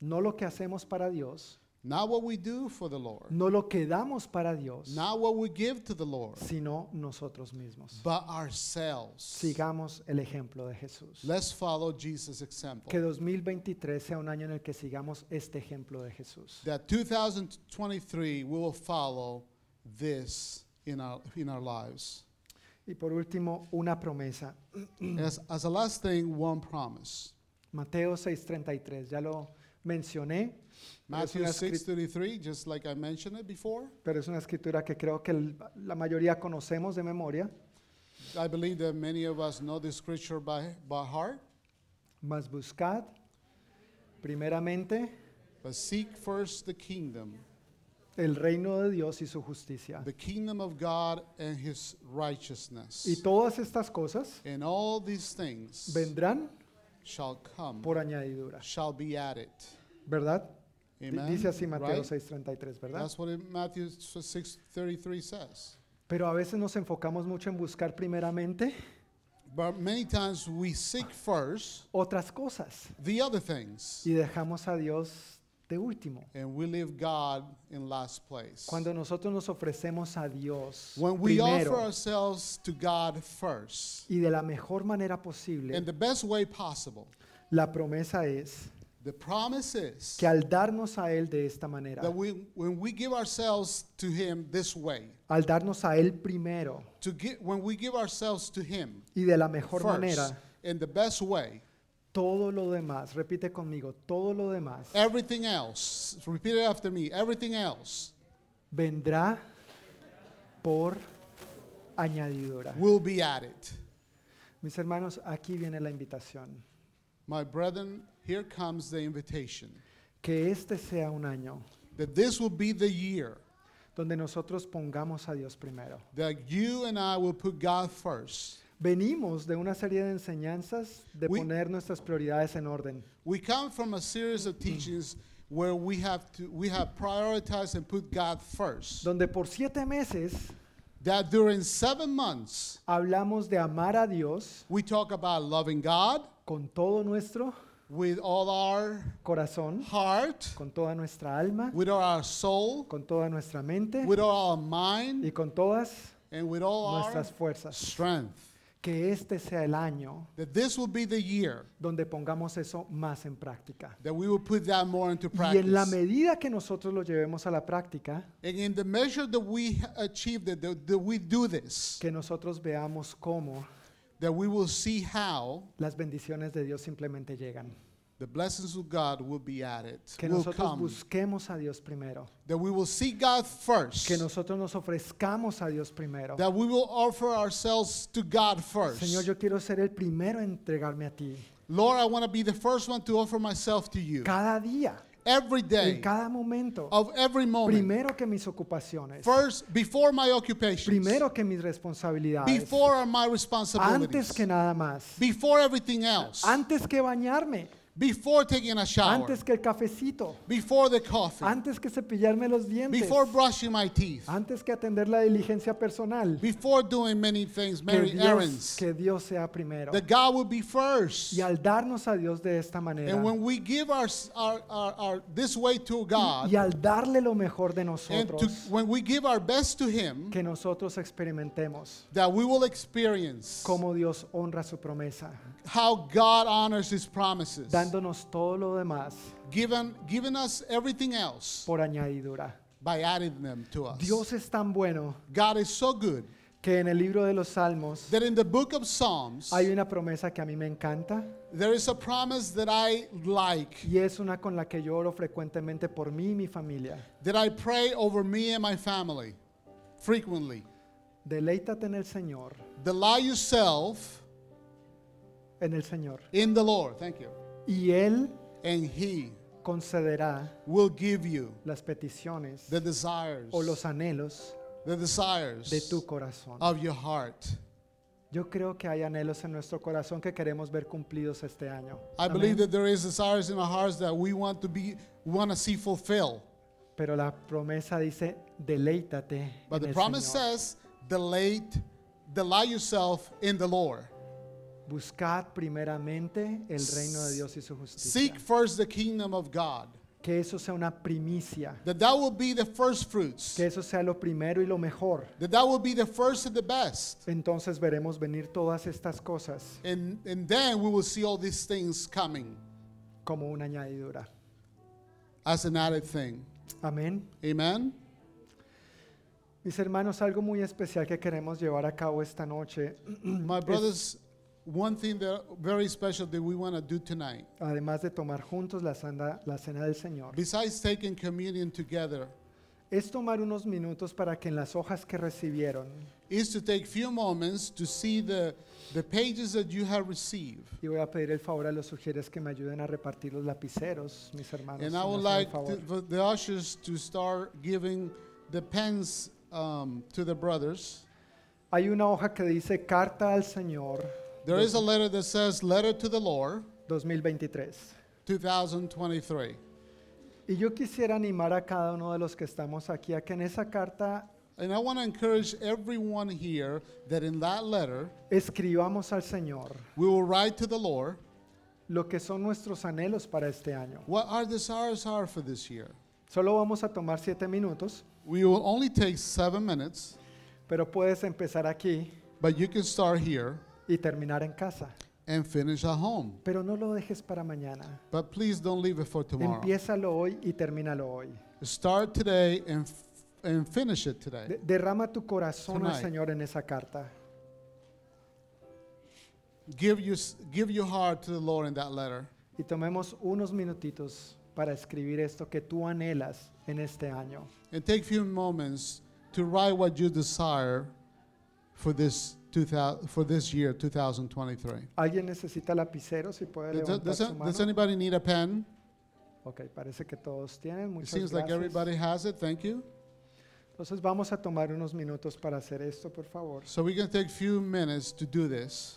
S2: No lo que hacemos para Dios,
S3: Not what we do for the Lord,
S2: no lo que damos para Dios,
S3: not what we give to the Lord,
S2: sino nosotros mismos.
S3: but ourselves.
S2: Sigamos el ejemplo de Jesús.
S3: Let's follow Jesus' example.
S2: Que 2023 sea un año en el que sigamos este ejemplo de Jesús.
S3: That 2023 we will follow this in our in our lives.
S2: Y por último, una promesa. Mm.
S3: As, as a last thing, one promise.
S2: Mateo 6:33, ya lo mencioné, Pero es
S3: Matthew
S2: una
S3: 6:33, just like I mentioned it before.
S2: pero es una escritura que creo que el- la mayoría conocemos de memoria.
S3: I believe that many of us know this scripture by, by heart,
S2: Mas buscad primeramente
S3: but seek first the kingdom,
S2: el reino de Dios y su justicia.
S3: the kingdom of God and his righteousness.
S2: Y todas estas cosas
S3: And all these things
S2: vendrán
S3: shall come,
S2: por añadidura,
S3: shall be added.
S2: ¿verdad? Di-
S3: Amen.
S2: Dice así Mateo
S3: Right?
S2: 6:33, ¿verdad?
S3: That's what it, Matthew 6:33 says.
S2: Pero a veces nos enfocamos mucho en buscar primeramente
S3: But many times we seek first
S2: otras cosas
S3: the other things,
S2: y dejamos a Dios de último.
S3: and we leave God in last place.
S2: Cuando nosotros nos ofrecemos a Dios
S3: when we offer
S2: primero
S3: ourselves to God first,
S2: y de la mejor manera posible,
S3: in the best way possible,
S2: la promesa es
S3: the promise is
S2: que al darnos a Él de esta manera,
S3: that we, when we give ourselves to Him this way,
S2: al darnos a Él primero
S3: to get, when we give ourselves to Him
S2: y de la mejor
S3: first,
S2: manera,
S3: in the best way,
S2: todo lo demás, repite conmigo, todo lo demás
S3: everything else, repeat it after me, everything else
S2: vendrá por añadidura.
S3: will be added.
S2: Mis hermanos, aquí viene la invitación.
S3: My brethren, here comes the invitation.
S2: Que este sea un año
S3: that this will be the year
S2: donde nosotros pongamos a Dios primero.
S3: that you and I will put God first.
S2: Venimos de una serie de enseñanzas de
S3: We-
S2: poner nuestras prioridades en orden.
S3: We come from a series of teachings where we have to we have prioritized and put God first.
S2: Donde por siete meses
S3: That during 7 months
S2: hablamos de amar a Dios
S3: we talk about loving God
S2: con todo nuestro
S3: with all our
S2: corazón,
S3: heart,
S2: con toda nuestra alma,
S3: with all our soul,
S2: con toda nuestra mente
S3: with all our
S2: y
S3: mind
S2: con todas
S3: and with all our
S2: nuestras fuerzas.
S3: strength.
S2: Que este sea el año
S3: That this will be the year
S2: donde pongamos eso más en práctica.
S3: that we will put that more into
S2: Y en la
S3: practice.
S2: medida que nosotros lo llevemos a la práctica,
S3: And in the measure that we achieve that, that, that we do this,
S2: que nosotros veamos cómo
S3: that we will see how
S2: las bendiciones de Dios simplemente llegan.
S3: the blessings of God will be added,
S2: Que
S3: will
S2: nosotros
S3: come.
S2: busquemos a Dios primero.
S3: that we will see God first.
S2: Que nosotros nos ofrezcamos a Dios primero.
S3: that we will offer ourselves to God first.
S2: Señor, yo quiero ser el primero en entregarme a ti.
S3: Lord, I want to be the first one to offer myself to you
S2: Cada día,
S3: every
S2: en
S3: day
S2: cada momento.
S3: of every moment.
S2: Primero que mis ocupaciones.
S3: First, before my occupations,
S2: Primero que mis responsabilidades.
S3: before my responsibilities,
S2: Antes que nada más.
S3: before everything else,
S2: Antes que bañarme.
S3: before taking a shower,
S2: antes que el cafecito,
S3: before the coffee,
S2: antes que cepillarme los dientes,
S3: before brushing my teeth,
S2: antes que atender la diligencia personal,
S3: before doing many things,
S2: que
S3: many
S2: Dios,
S3: errands,
S2: que Dios sea primero.
S3: that God will be first.
S2: Y al darnos a Dios de esta manera,
S3: And when we give our, our, our, our this way
S2: y
S3: to God,
S2: al darle lo mejor de
S3: and to,
S2: nosotros,
S3: when we give our best to Him,
S2: que nosotros experimentemos
S3: that we will experience
S2: cómo Dios honra su promesa,
S3: how God honors His promises,
S2: dándonos todo lo demás
S3: given, given us everything else
S2: por añadidura.
S3: by adding them to us.
S2: Dios es tan bueno
S3: God is so good
S2: que en el libro de los Salmos
S3: that in the book of Psalms,
S2: hay una promesa que a mí me encanta
S3: there is a promise that I like,
S2: y es una con la que yo oro frecuentemente por mí y mi familia.
S3: that I pray over me and my family frequently.
S2: Deleítate en el Señor,
S3: Delight yourself
S2: en el Señor,
S3: in the Lord, thank you,
S2: y Él
S3: and He
S2: concederá
S3: will give you
S2: las peticiones
S3: the desires,
S2: o los anhelos
S3: the desires
S2: de tu corazón.
S3: of your heart.
S2: Yo creo que hay anhelos en nuestro corazón que queremos ver cumplidos este año.
S3: I believe
S2: Amén.
S3: that there is desires in our hearts that we want to be, we want to see fulfilled.
S2: Pero la promesa dice, deleítate.
S3: But
S2: en
S3: the
S2: el
S3: promise
S2: Señor.
S3: says, delight, delight yourself in the Lord.
S2: Buscad primeramente el reino de Dios y su justicia.
S3: Seek first the kingdom of God.
S2: Que eso sea una primicia.
S3: That that will be the first fruits.
S2: Que eso sea lo primero y lo mejor.
S3: That that will be the first and the best.
S2: Entonces veremos venir todas estas cosas
S3: And, and then we will see all these things coming
S2: como una añadidura.
S3: as an added thing.
S2: Amén. (clears throat)
S3: Amen?
S2: Mis hermanos, algo muy especial que queremos llevar a cabo esta noche, (clears throat)
S3: My brothers, one thing that very special that we want to do tonight,
S2: además de tomar juntos la, sanda- la cena del Señor,
S3: besides taking communion together,
S2: es tomar unos minutos para que en las hojas que recibieron,
S3: is to take few moments to see the, the pages that you have received.
S2: y voy a pedir el favor a los sugieres que me ayuden a repartir los lapiceros, mis hermanos. si
S3: And
S2: me
S3: I would
S2: hacen el
S3: like
S2: favor.
S3: to, for the ushers to start giving the pens um, to the brothers.
S2: Hay una hoja que dice Carta al Señor
S3: There is a letter that says Letter to the Lord
S2: 2023.
S3: 2023.
S2: Y yo quisiera animar a cada uno de los que estamos aquí a que en esa carta
S3: And I want to encourage everyone here that in that letter,
S2: escribamos al Señor
S3: we will write to the Lord
S2: lo que son nuestros anhelos para este año.
S3: what our desires are for this year.
S2: Solo vamos a tomar siete minutos,
S3: We will only take seven minutes,
S2: pero puedes empezar aquí
S3: but you can start here
S2: y terminar en casa.
S3: and finish at home.
S2: Pero no lo dejes para mañana.
S3: But please don't leave it for tomorrow.
S2: Empiézalo hoy y termínalo hoy.
S3: Start today and, f- and finish it today.
S2: De- derrama tu corazón al
S3: Eh. Tonight.
S2: Señor en esa carta.
S3: Give, your s give your heart to the Lord in that letter.
S2: Y tomemos unos minutitos para escribir esto que tú anhelas en este año.
S3: And take few moments to write what you desire for this, 2000, for this year, 2023.
S2: ¿Alguien necesita lapicero? Si puede
S3: Does,
S2: levantar
S3: does-
S2: su mano.
S3: does anybody need a pen?
S2: Ok, parece que todos tienen.
S3: It
S2: Muchas
S3: seems like
S2: gracias.
S3: everybody has it. Thank you.
S2: Entonces vamos a tomar unos minutos para hacer esto, por favor.
S3: So we're going to take few minutes to do this.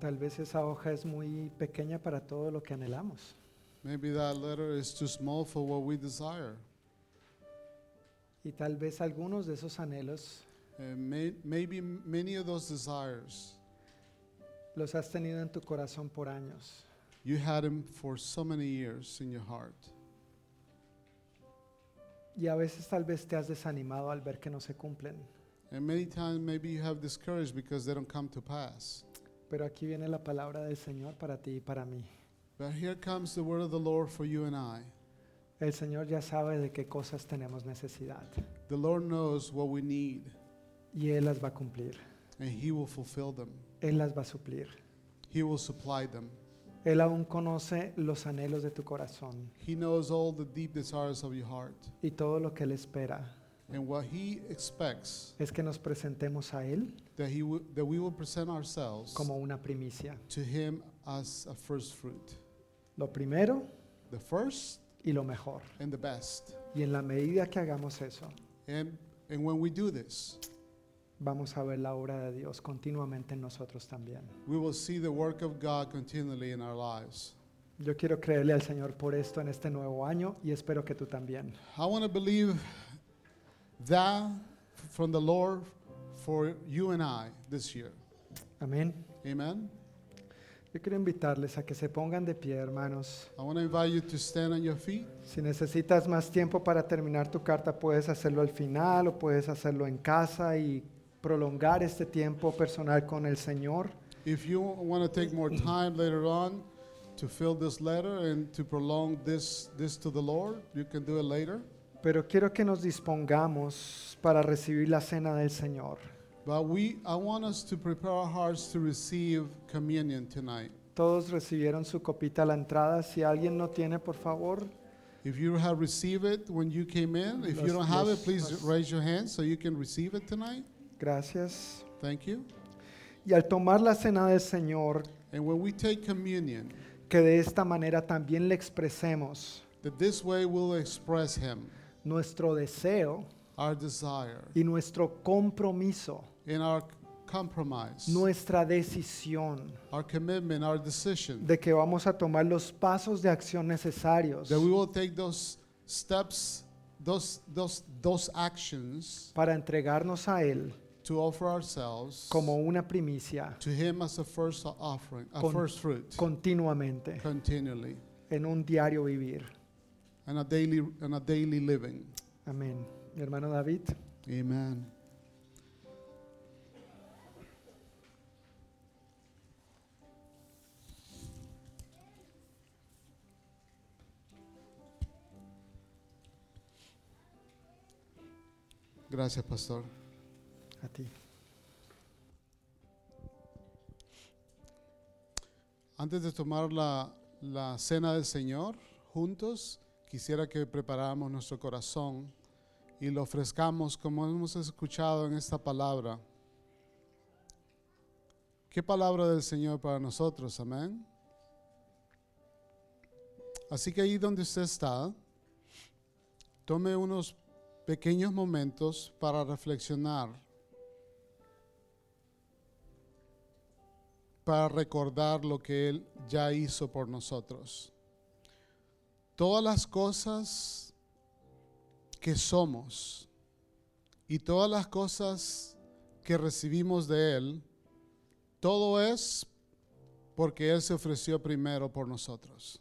S2: Tal vez esa hoja es muy pequeña para todo lo que anhelamos.
S3: Maybe that letter is too small for what we desire.
S2: Y tal vez algunos de esos anhelos
S3: And may, maybe many of those desires
S2: los has tenido en tu corazón por años.
S3: you had them for so many years in your heart.
S2: Y a veces tal vez te has desanimado al ver que no se cumplen.
S3: And many times maybe you have discouraged because they don't come to pass.
S2: Pero aquí viene la palabra del Señor para ti y para mí.
S3: But here comes the word of the Lord for you and I.
S2: El Señor ya sabe de qué cosas tenemos necesidad
S3: The Lord knows what we need,
S2: y Él las va a cumplir,
S3: and He will fulfill them.
S2: Él las va a suplir.
S3: He will supply them.
S2: Él aún conoce los anhelos de tu corazón
S3: He knows all the deep desires of your heart.
S2: y todo lo que Él espera
S3: And what He expects
S2: es que nos presentemos a Él
S3: that, he will that we will present ourselves
S2: como una primicia.
S3: to Him as a first fruit.
S2: Lo primero
S3: The first
S2: y lo mejor.
S3: and the best.
S2: Y en la medida que hagamos eso,
S3: And, and when we do this,
S2: vamos a ver la obra de Dios continuamente en nosotros también.
S3: we will see the work of God continually in our lives.
S2: Yo quiero creerle al Señor por esto en este nuevo año y espero que tú también.
S3: I want to believe that from the Lord for you and I this year.
S2: Amén.
S3: Amen.
S2: Yo quiero invitarles a que se pongan de pie, hermanos.
S3: I want to invite you to stand on your feet.
S2: Si necesitas más tiempo para terminar tu carta, puedes hacerlo al final o puedes hacerlo en casa y prolongar este tiempo personal con el Señor.
S3: If you want to take more time later on to fill this letter and to prolong this this to the Lord, you can do it later.
S2: Pero quiero que nos dispongamos para recibir la cena del Señor.
S3: But we I want us to prepare our hearts to receive communion tonight.
S2: Todos recibieron su copita a la entrada. Si alguien no tiene, por favor,
S3: If you have received it when you came in, if
S2: Los-
S3: you don't have it,
S2: los-
S3: please
S2: los-
S3: raise your hand so you can receive it tonight.
S2: gracias.
S3: Thank you.
S2: Y al tomar la cena del Señor,
S3: And when we take communion,
S2: que de esta manera también le expresemos
S3: that this way we'll express him,
S2: nuestro deseo
S3: our desire
S2: y nuestro compromiso,
S3: and our compromise,
S2: nuestra decisión
S3: our commitment, our decision
S2: de que vamos a tomar los pasos de acción necesarios
S3: that we will take those steps, those those those actions
S2: para entregarnos a Él
S3: to offer ourselves
S2: como una primicia
S3: to him as a first offering, a
S2: Con-
S3: first fruit
S2: continuamente
S3: continually
S2: en un diario vivir.
S3: and a daily and a daily living.
S2: Amén. Mi hermano David.
S3: Amen. Gracias, pastor.
S2: A ti.
S3: Antes de tomar la, la cena del Señor juntos, quisiera que preparáramos nuestro corazón y lo ofrezcamos como hemos escuchado en esta palabra. ¿Qué palabra del Señor para nosotros? Amén. Así que ahí donde usted está, tome unos pequeños momentos para reflexionar, para recordar lo que Él ya hizo por nosotros. Todas las cosas que somos y todas las cosas que recibimos de Él, todo es porque Él se ofreció primero por nosotros.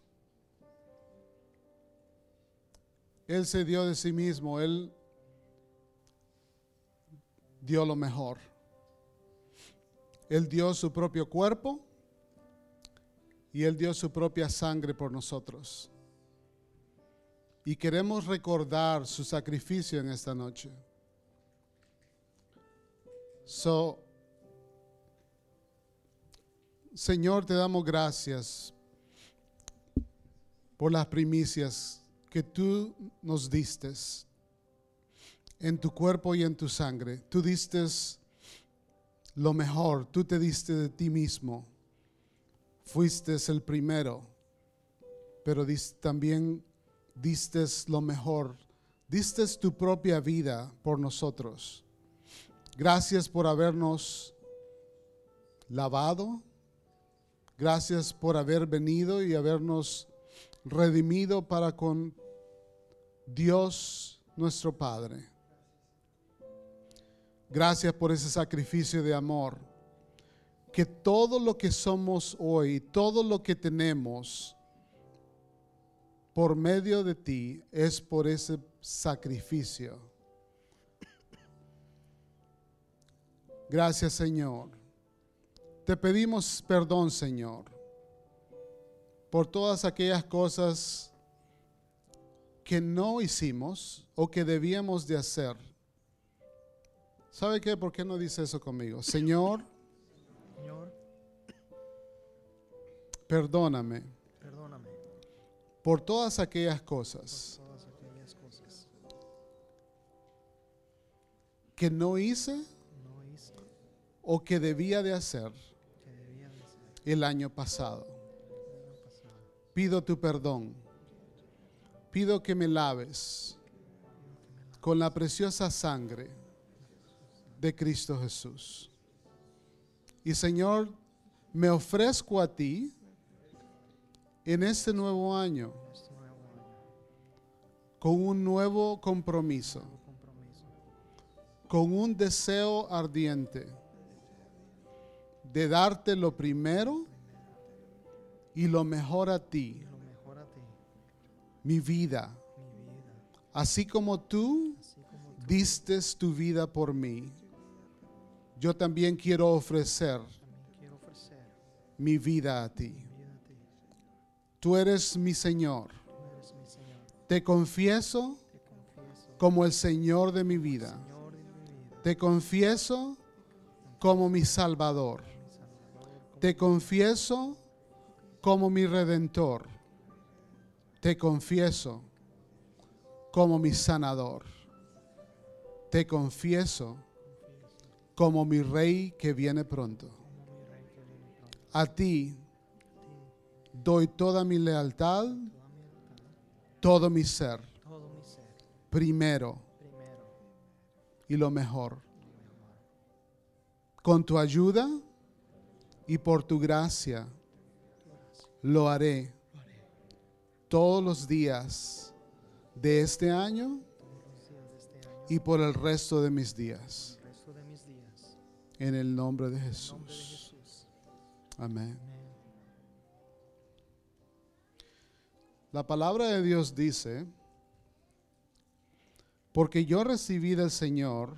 S3: Él se dio de sí mismo, Él dio lo mejor. Él dio su propio cuerpo y Él dio su propia sangre por nosotros. Y queremos recordar su sacrificio en esta noche. So, Señor, te damos gracias por las primicias que tú nos diste en tu cuerpo y en tu sangre. Tú diste lo mejor, tú te diste de ti mismo. Fuiste el primero, pero dis- también diste lo mejor. Diste tu propia vida por nosotros. Gracias por habernos lavado, Gracias por haber venido y habernos redimido para con Dios nuestro Padre. Gracias por ese sacrificio de amor. Que todo lo que somos hoy, todo lo que tenemos por medio de ti es por ese sacrificio. Gracias Señor. Te pedimos perdón Señor por todas aquellas cosas que no hicimos o que debíamos de hacer. ¿Sabe qué? ¿Por qué no dice eso conmigo? Señor,
S4: Señor,
S3: perdóname
S4: perdóname por
S3: por todas aquellas cosas
S4: todas aquellas cosas
S3: que no hice
S4: que no hice
S3: o que debía de hacer
S4: que debía de hacer
S3: el año pasado.
S4: el año pasado.
S3: Pido tu perdón. Pido que me laves con la preciosa sangre de Cristo Jesús. Y Señor, me ofrezco a ti en este nuevo año
S4: Este nuevo año,
S3: con un nuevo compromiso,
S4: un compromiso,
S3: con un deseo ardiente de darte lo primero y lo mejor a ti,
S4: lo mejor a ti,
S3: mi vida,
S4: mi vida,
S3: Así como tú
S4: así como tú
S3: diste tu vida por mí, yo también quiero ofrecer
S4: también quiero ofrecer
S3: mi vida a ti.
S4: mi vida a ti.
S3: Tú eres mi Señor.
S4: Tú eres mi Señor,
S3: Te confieso
S4: te confieso,
S3: como el Señor de mi vida.
S4: Señor de mi vida,
S3: Te confieso como mi Salvador.
S4: mi Salvador, como
S3: Te confieso como mi Redentor. Te confieso como mi Sanador. Te confieso como mi Rey que viene pronto.
S4: mi Rey que viene pronto.
S3: A ti doy toda mi lealtad,
S4: Toda mi alma,
S3: todo mi ser,
S4: todo mi ser,
S3: primero
S4: primero,
S3: y lo mejor. Con tu ayuda y por tu gracia lo haré todos los días de este
S4: todos los
S3: año
S4: días de este año,
S3: y por el resto de mis días.
S4: el resto de mis días.
S3: En el nombre
S4: En
S3: de
S4: nombre de
S3: Jesús.
S4: Jesús.
S3: Amén.
S4: Amén.
S3: La palabra de Dios dice, porque yo recibí del Señor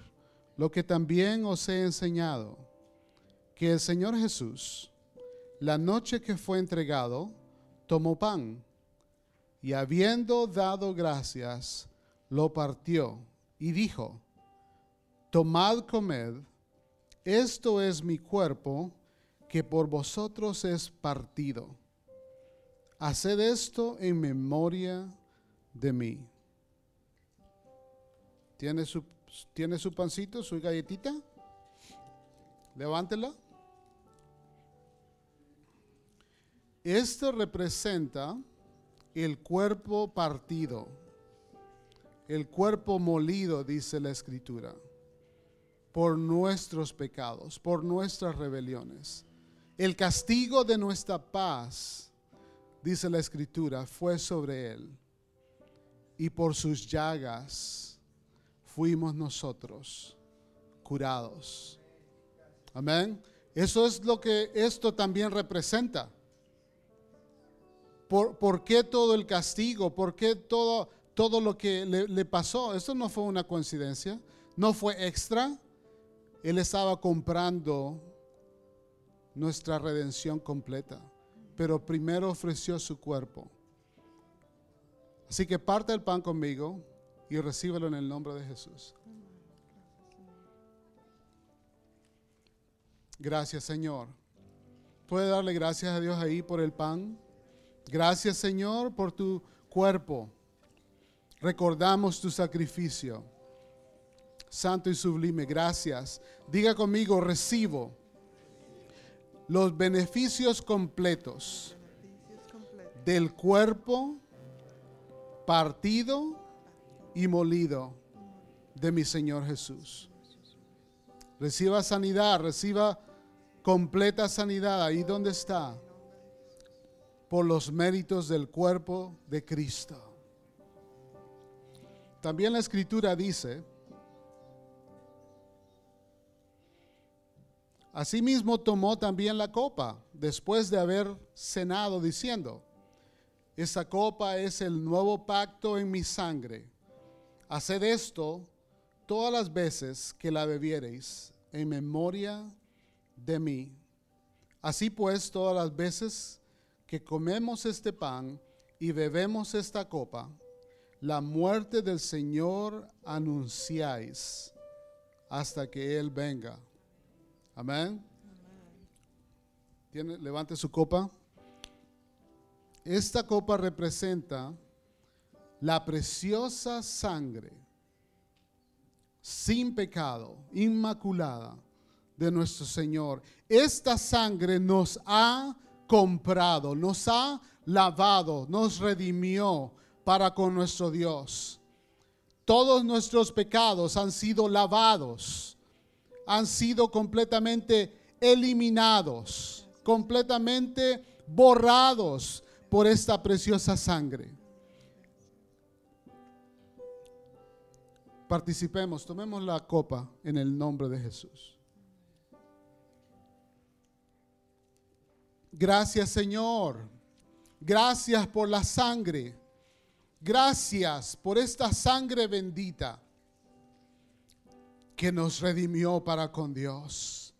S3: lo que también os he enseñado, que el Señor Jesús, la noche que fue entregado, tomó pan y habiendo dado gracias, lo partió y dijo, tomad, comed, esto es mi cuerpo que por vosotros es partido. Haced esto en memoria de mí. ¿Tiene su, ¿Tiene su pancito, su galletita? Levántela. Esto Este representa el cuerpo partido, el cuerpo molido, dice la escritura, por nuestros pecados, por nuestras rebeliones. El castigo de nuestra paz dice la escritura, fue sobre él. Y por sus llagas fuimos nosotros curados. Amén. Eso es lo que esto también representa. ¿Por, por qué todo el castigo? ¿Por qué todo, todo lo que le, le pasó? Esto no fue una coincidencia, no fue extra. Él estaba comprando nuestra redención completa, pero primero ofreció su cuerpo. Así que parte el pan conmigo y recíbelo en el nombre de Jesús. Gracias, Señor. Puede darle gracias a Dios ahí por el pan. Gracias, Señor, por tu cuerpo. Recordamos tu sacrificio. Santo y sublime, gracias. Diga conmigo, recibo los beneficios completos del cuerpo partido y molido de mi Señor Jesús. Reciba sanidad, reciba completa sanidad ahí donde está. por los méritos del cuerpo de Cristo. También la escritura dice, asimismo tomó también la copa después de haber cenado diciendo, esa copa es el nuevo pacto en mi sangre. Haced esto todas las veces que la bebiereis en memoria de mí. Así pues, todas las veces que comemos este pan y bebemos esta copa, la muerte del Señor anunciáis hasta que Él venga. Amén. Tiene- levante su copa. Esta copa representa la preciosa sangre sin pecado, inmaculada de nuestro Señor. Esta sangre nos ha comprado, nos ha lavado, nos redimió para con nuestro Dios. Todos nuestros pecados han sido lavados han sido completamente eliminados, completamente borrados por esta preciosa sangre. Participemos, tomemos la copa en el nombre de Jesús. Gracias Señor, gracias por la sangre, gracias por esta sangre bendita que nos redimió para con Dios.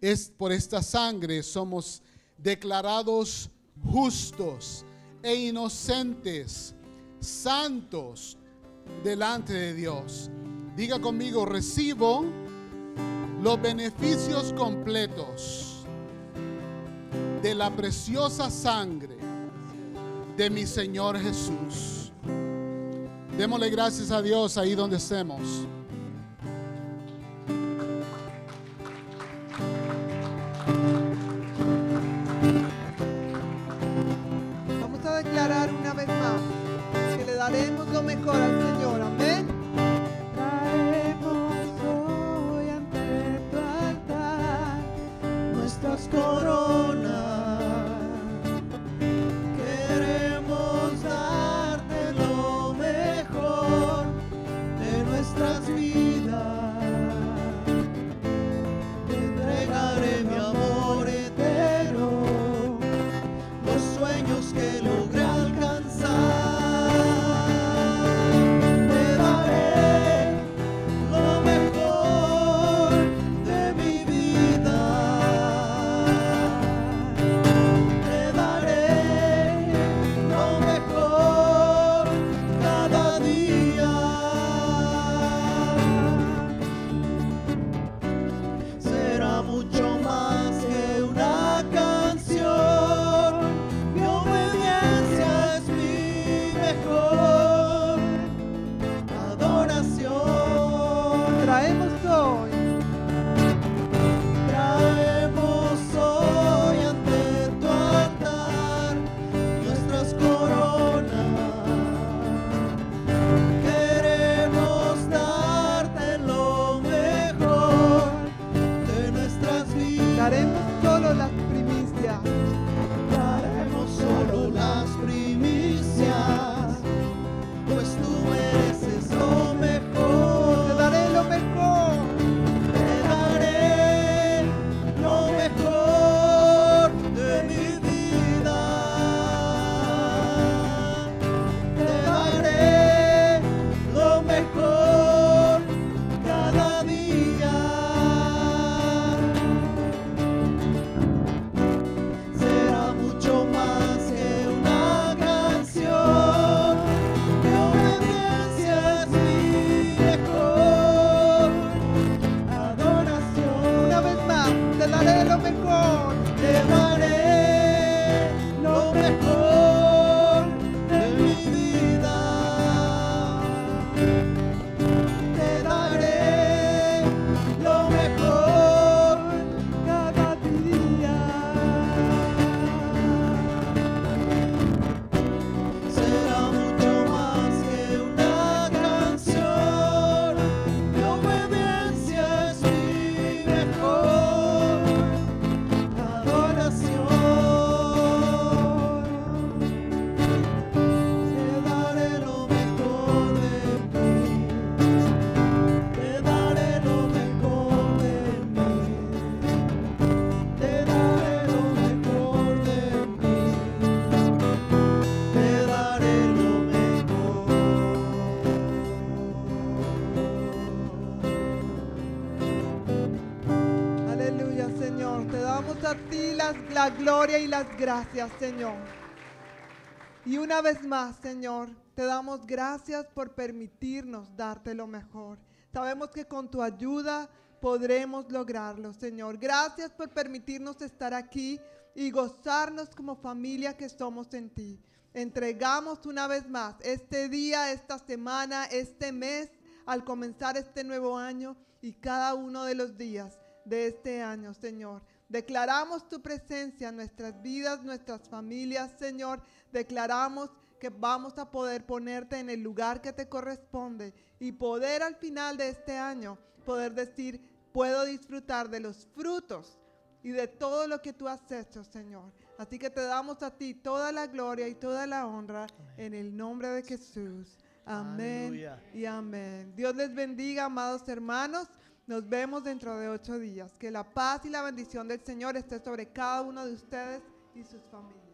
S3: Es por esta sangre somos declarados justos e inocentes, santos delante de Dios. Diga conmigo, recibo los beneficios completos de la preciosa sangre de mi Señor Jesús. Démosle gracias a Dios ahí donde estemos.
S1: Vamos a declarar una vez más que le daremos lo mejor al Señor. Amén. Traemos hoy ante tu altar nuestras coronas. Queremos darte lo mejor de nuestras vidas. Te entregaré mi amor entero los sueños que logré alcanzar. Te pues la gloria y las gracias, Señor. Y una vez más, Señor, te damos gracias por permitirnos darte lo mejor. Sabemos que con tu ayuda podremos lograrlo, Señor. Gracias por permitirnos estar aquí y gozarnos como familia que somos en ti. Entregamos una vez más este día, esta semana, este mes, al comenzar este nuevo año y cada uno de los días de este año, Señor. Declaramos tu presencia en nuestras vidas, nuestras familias, Señor. Declaramos que vamos a poder ponerte en el lugar que te corresponde y poder al final de este año poder decir, puedo disfrutar de los frutos y de todo lo que tú has hecho, Señor. Así que te damos a ti toda la gloria y toda la honra en el nombre de Jesús. Amén
S4: Aleluya.
S1: y amén. Dios les bendiga, amados hermanos. Nos vemos dentro de ocho días. Que la paz y la bendición del Señor esté sobre cada uno de ustedes y sus familias.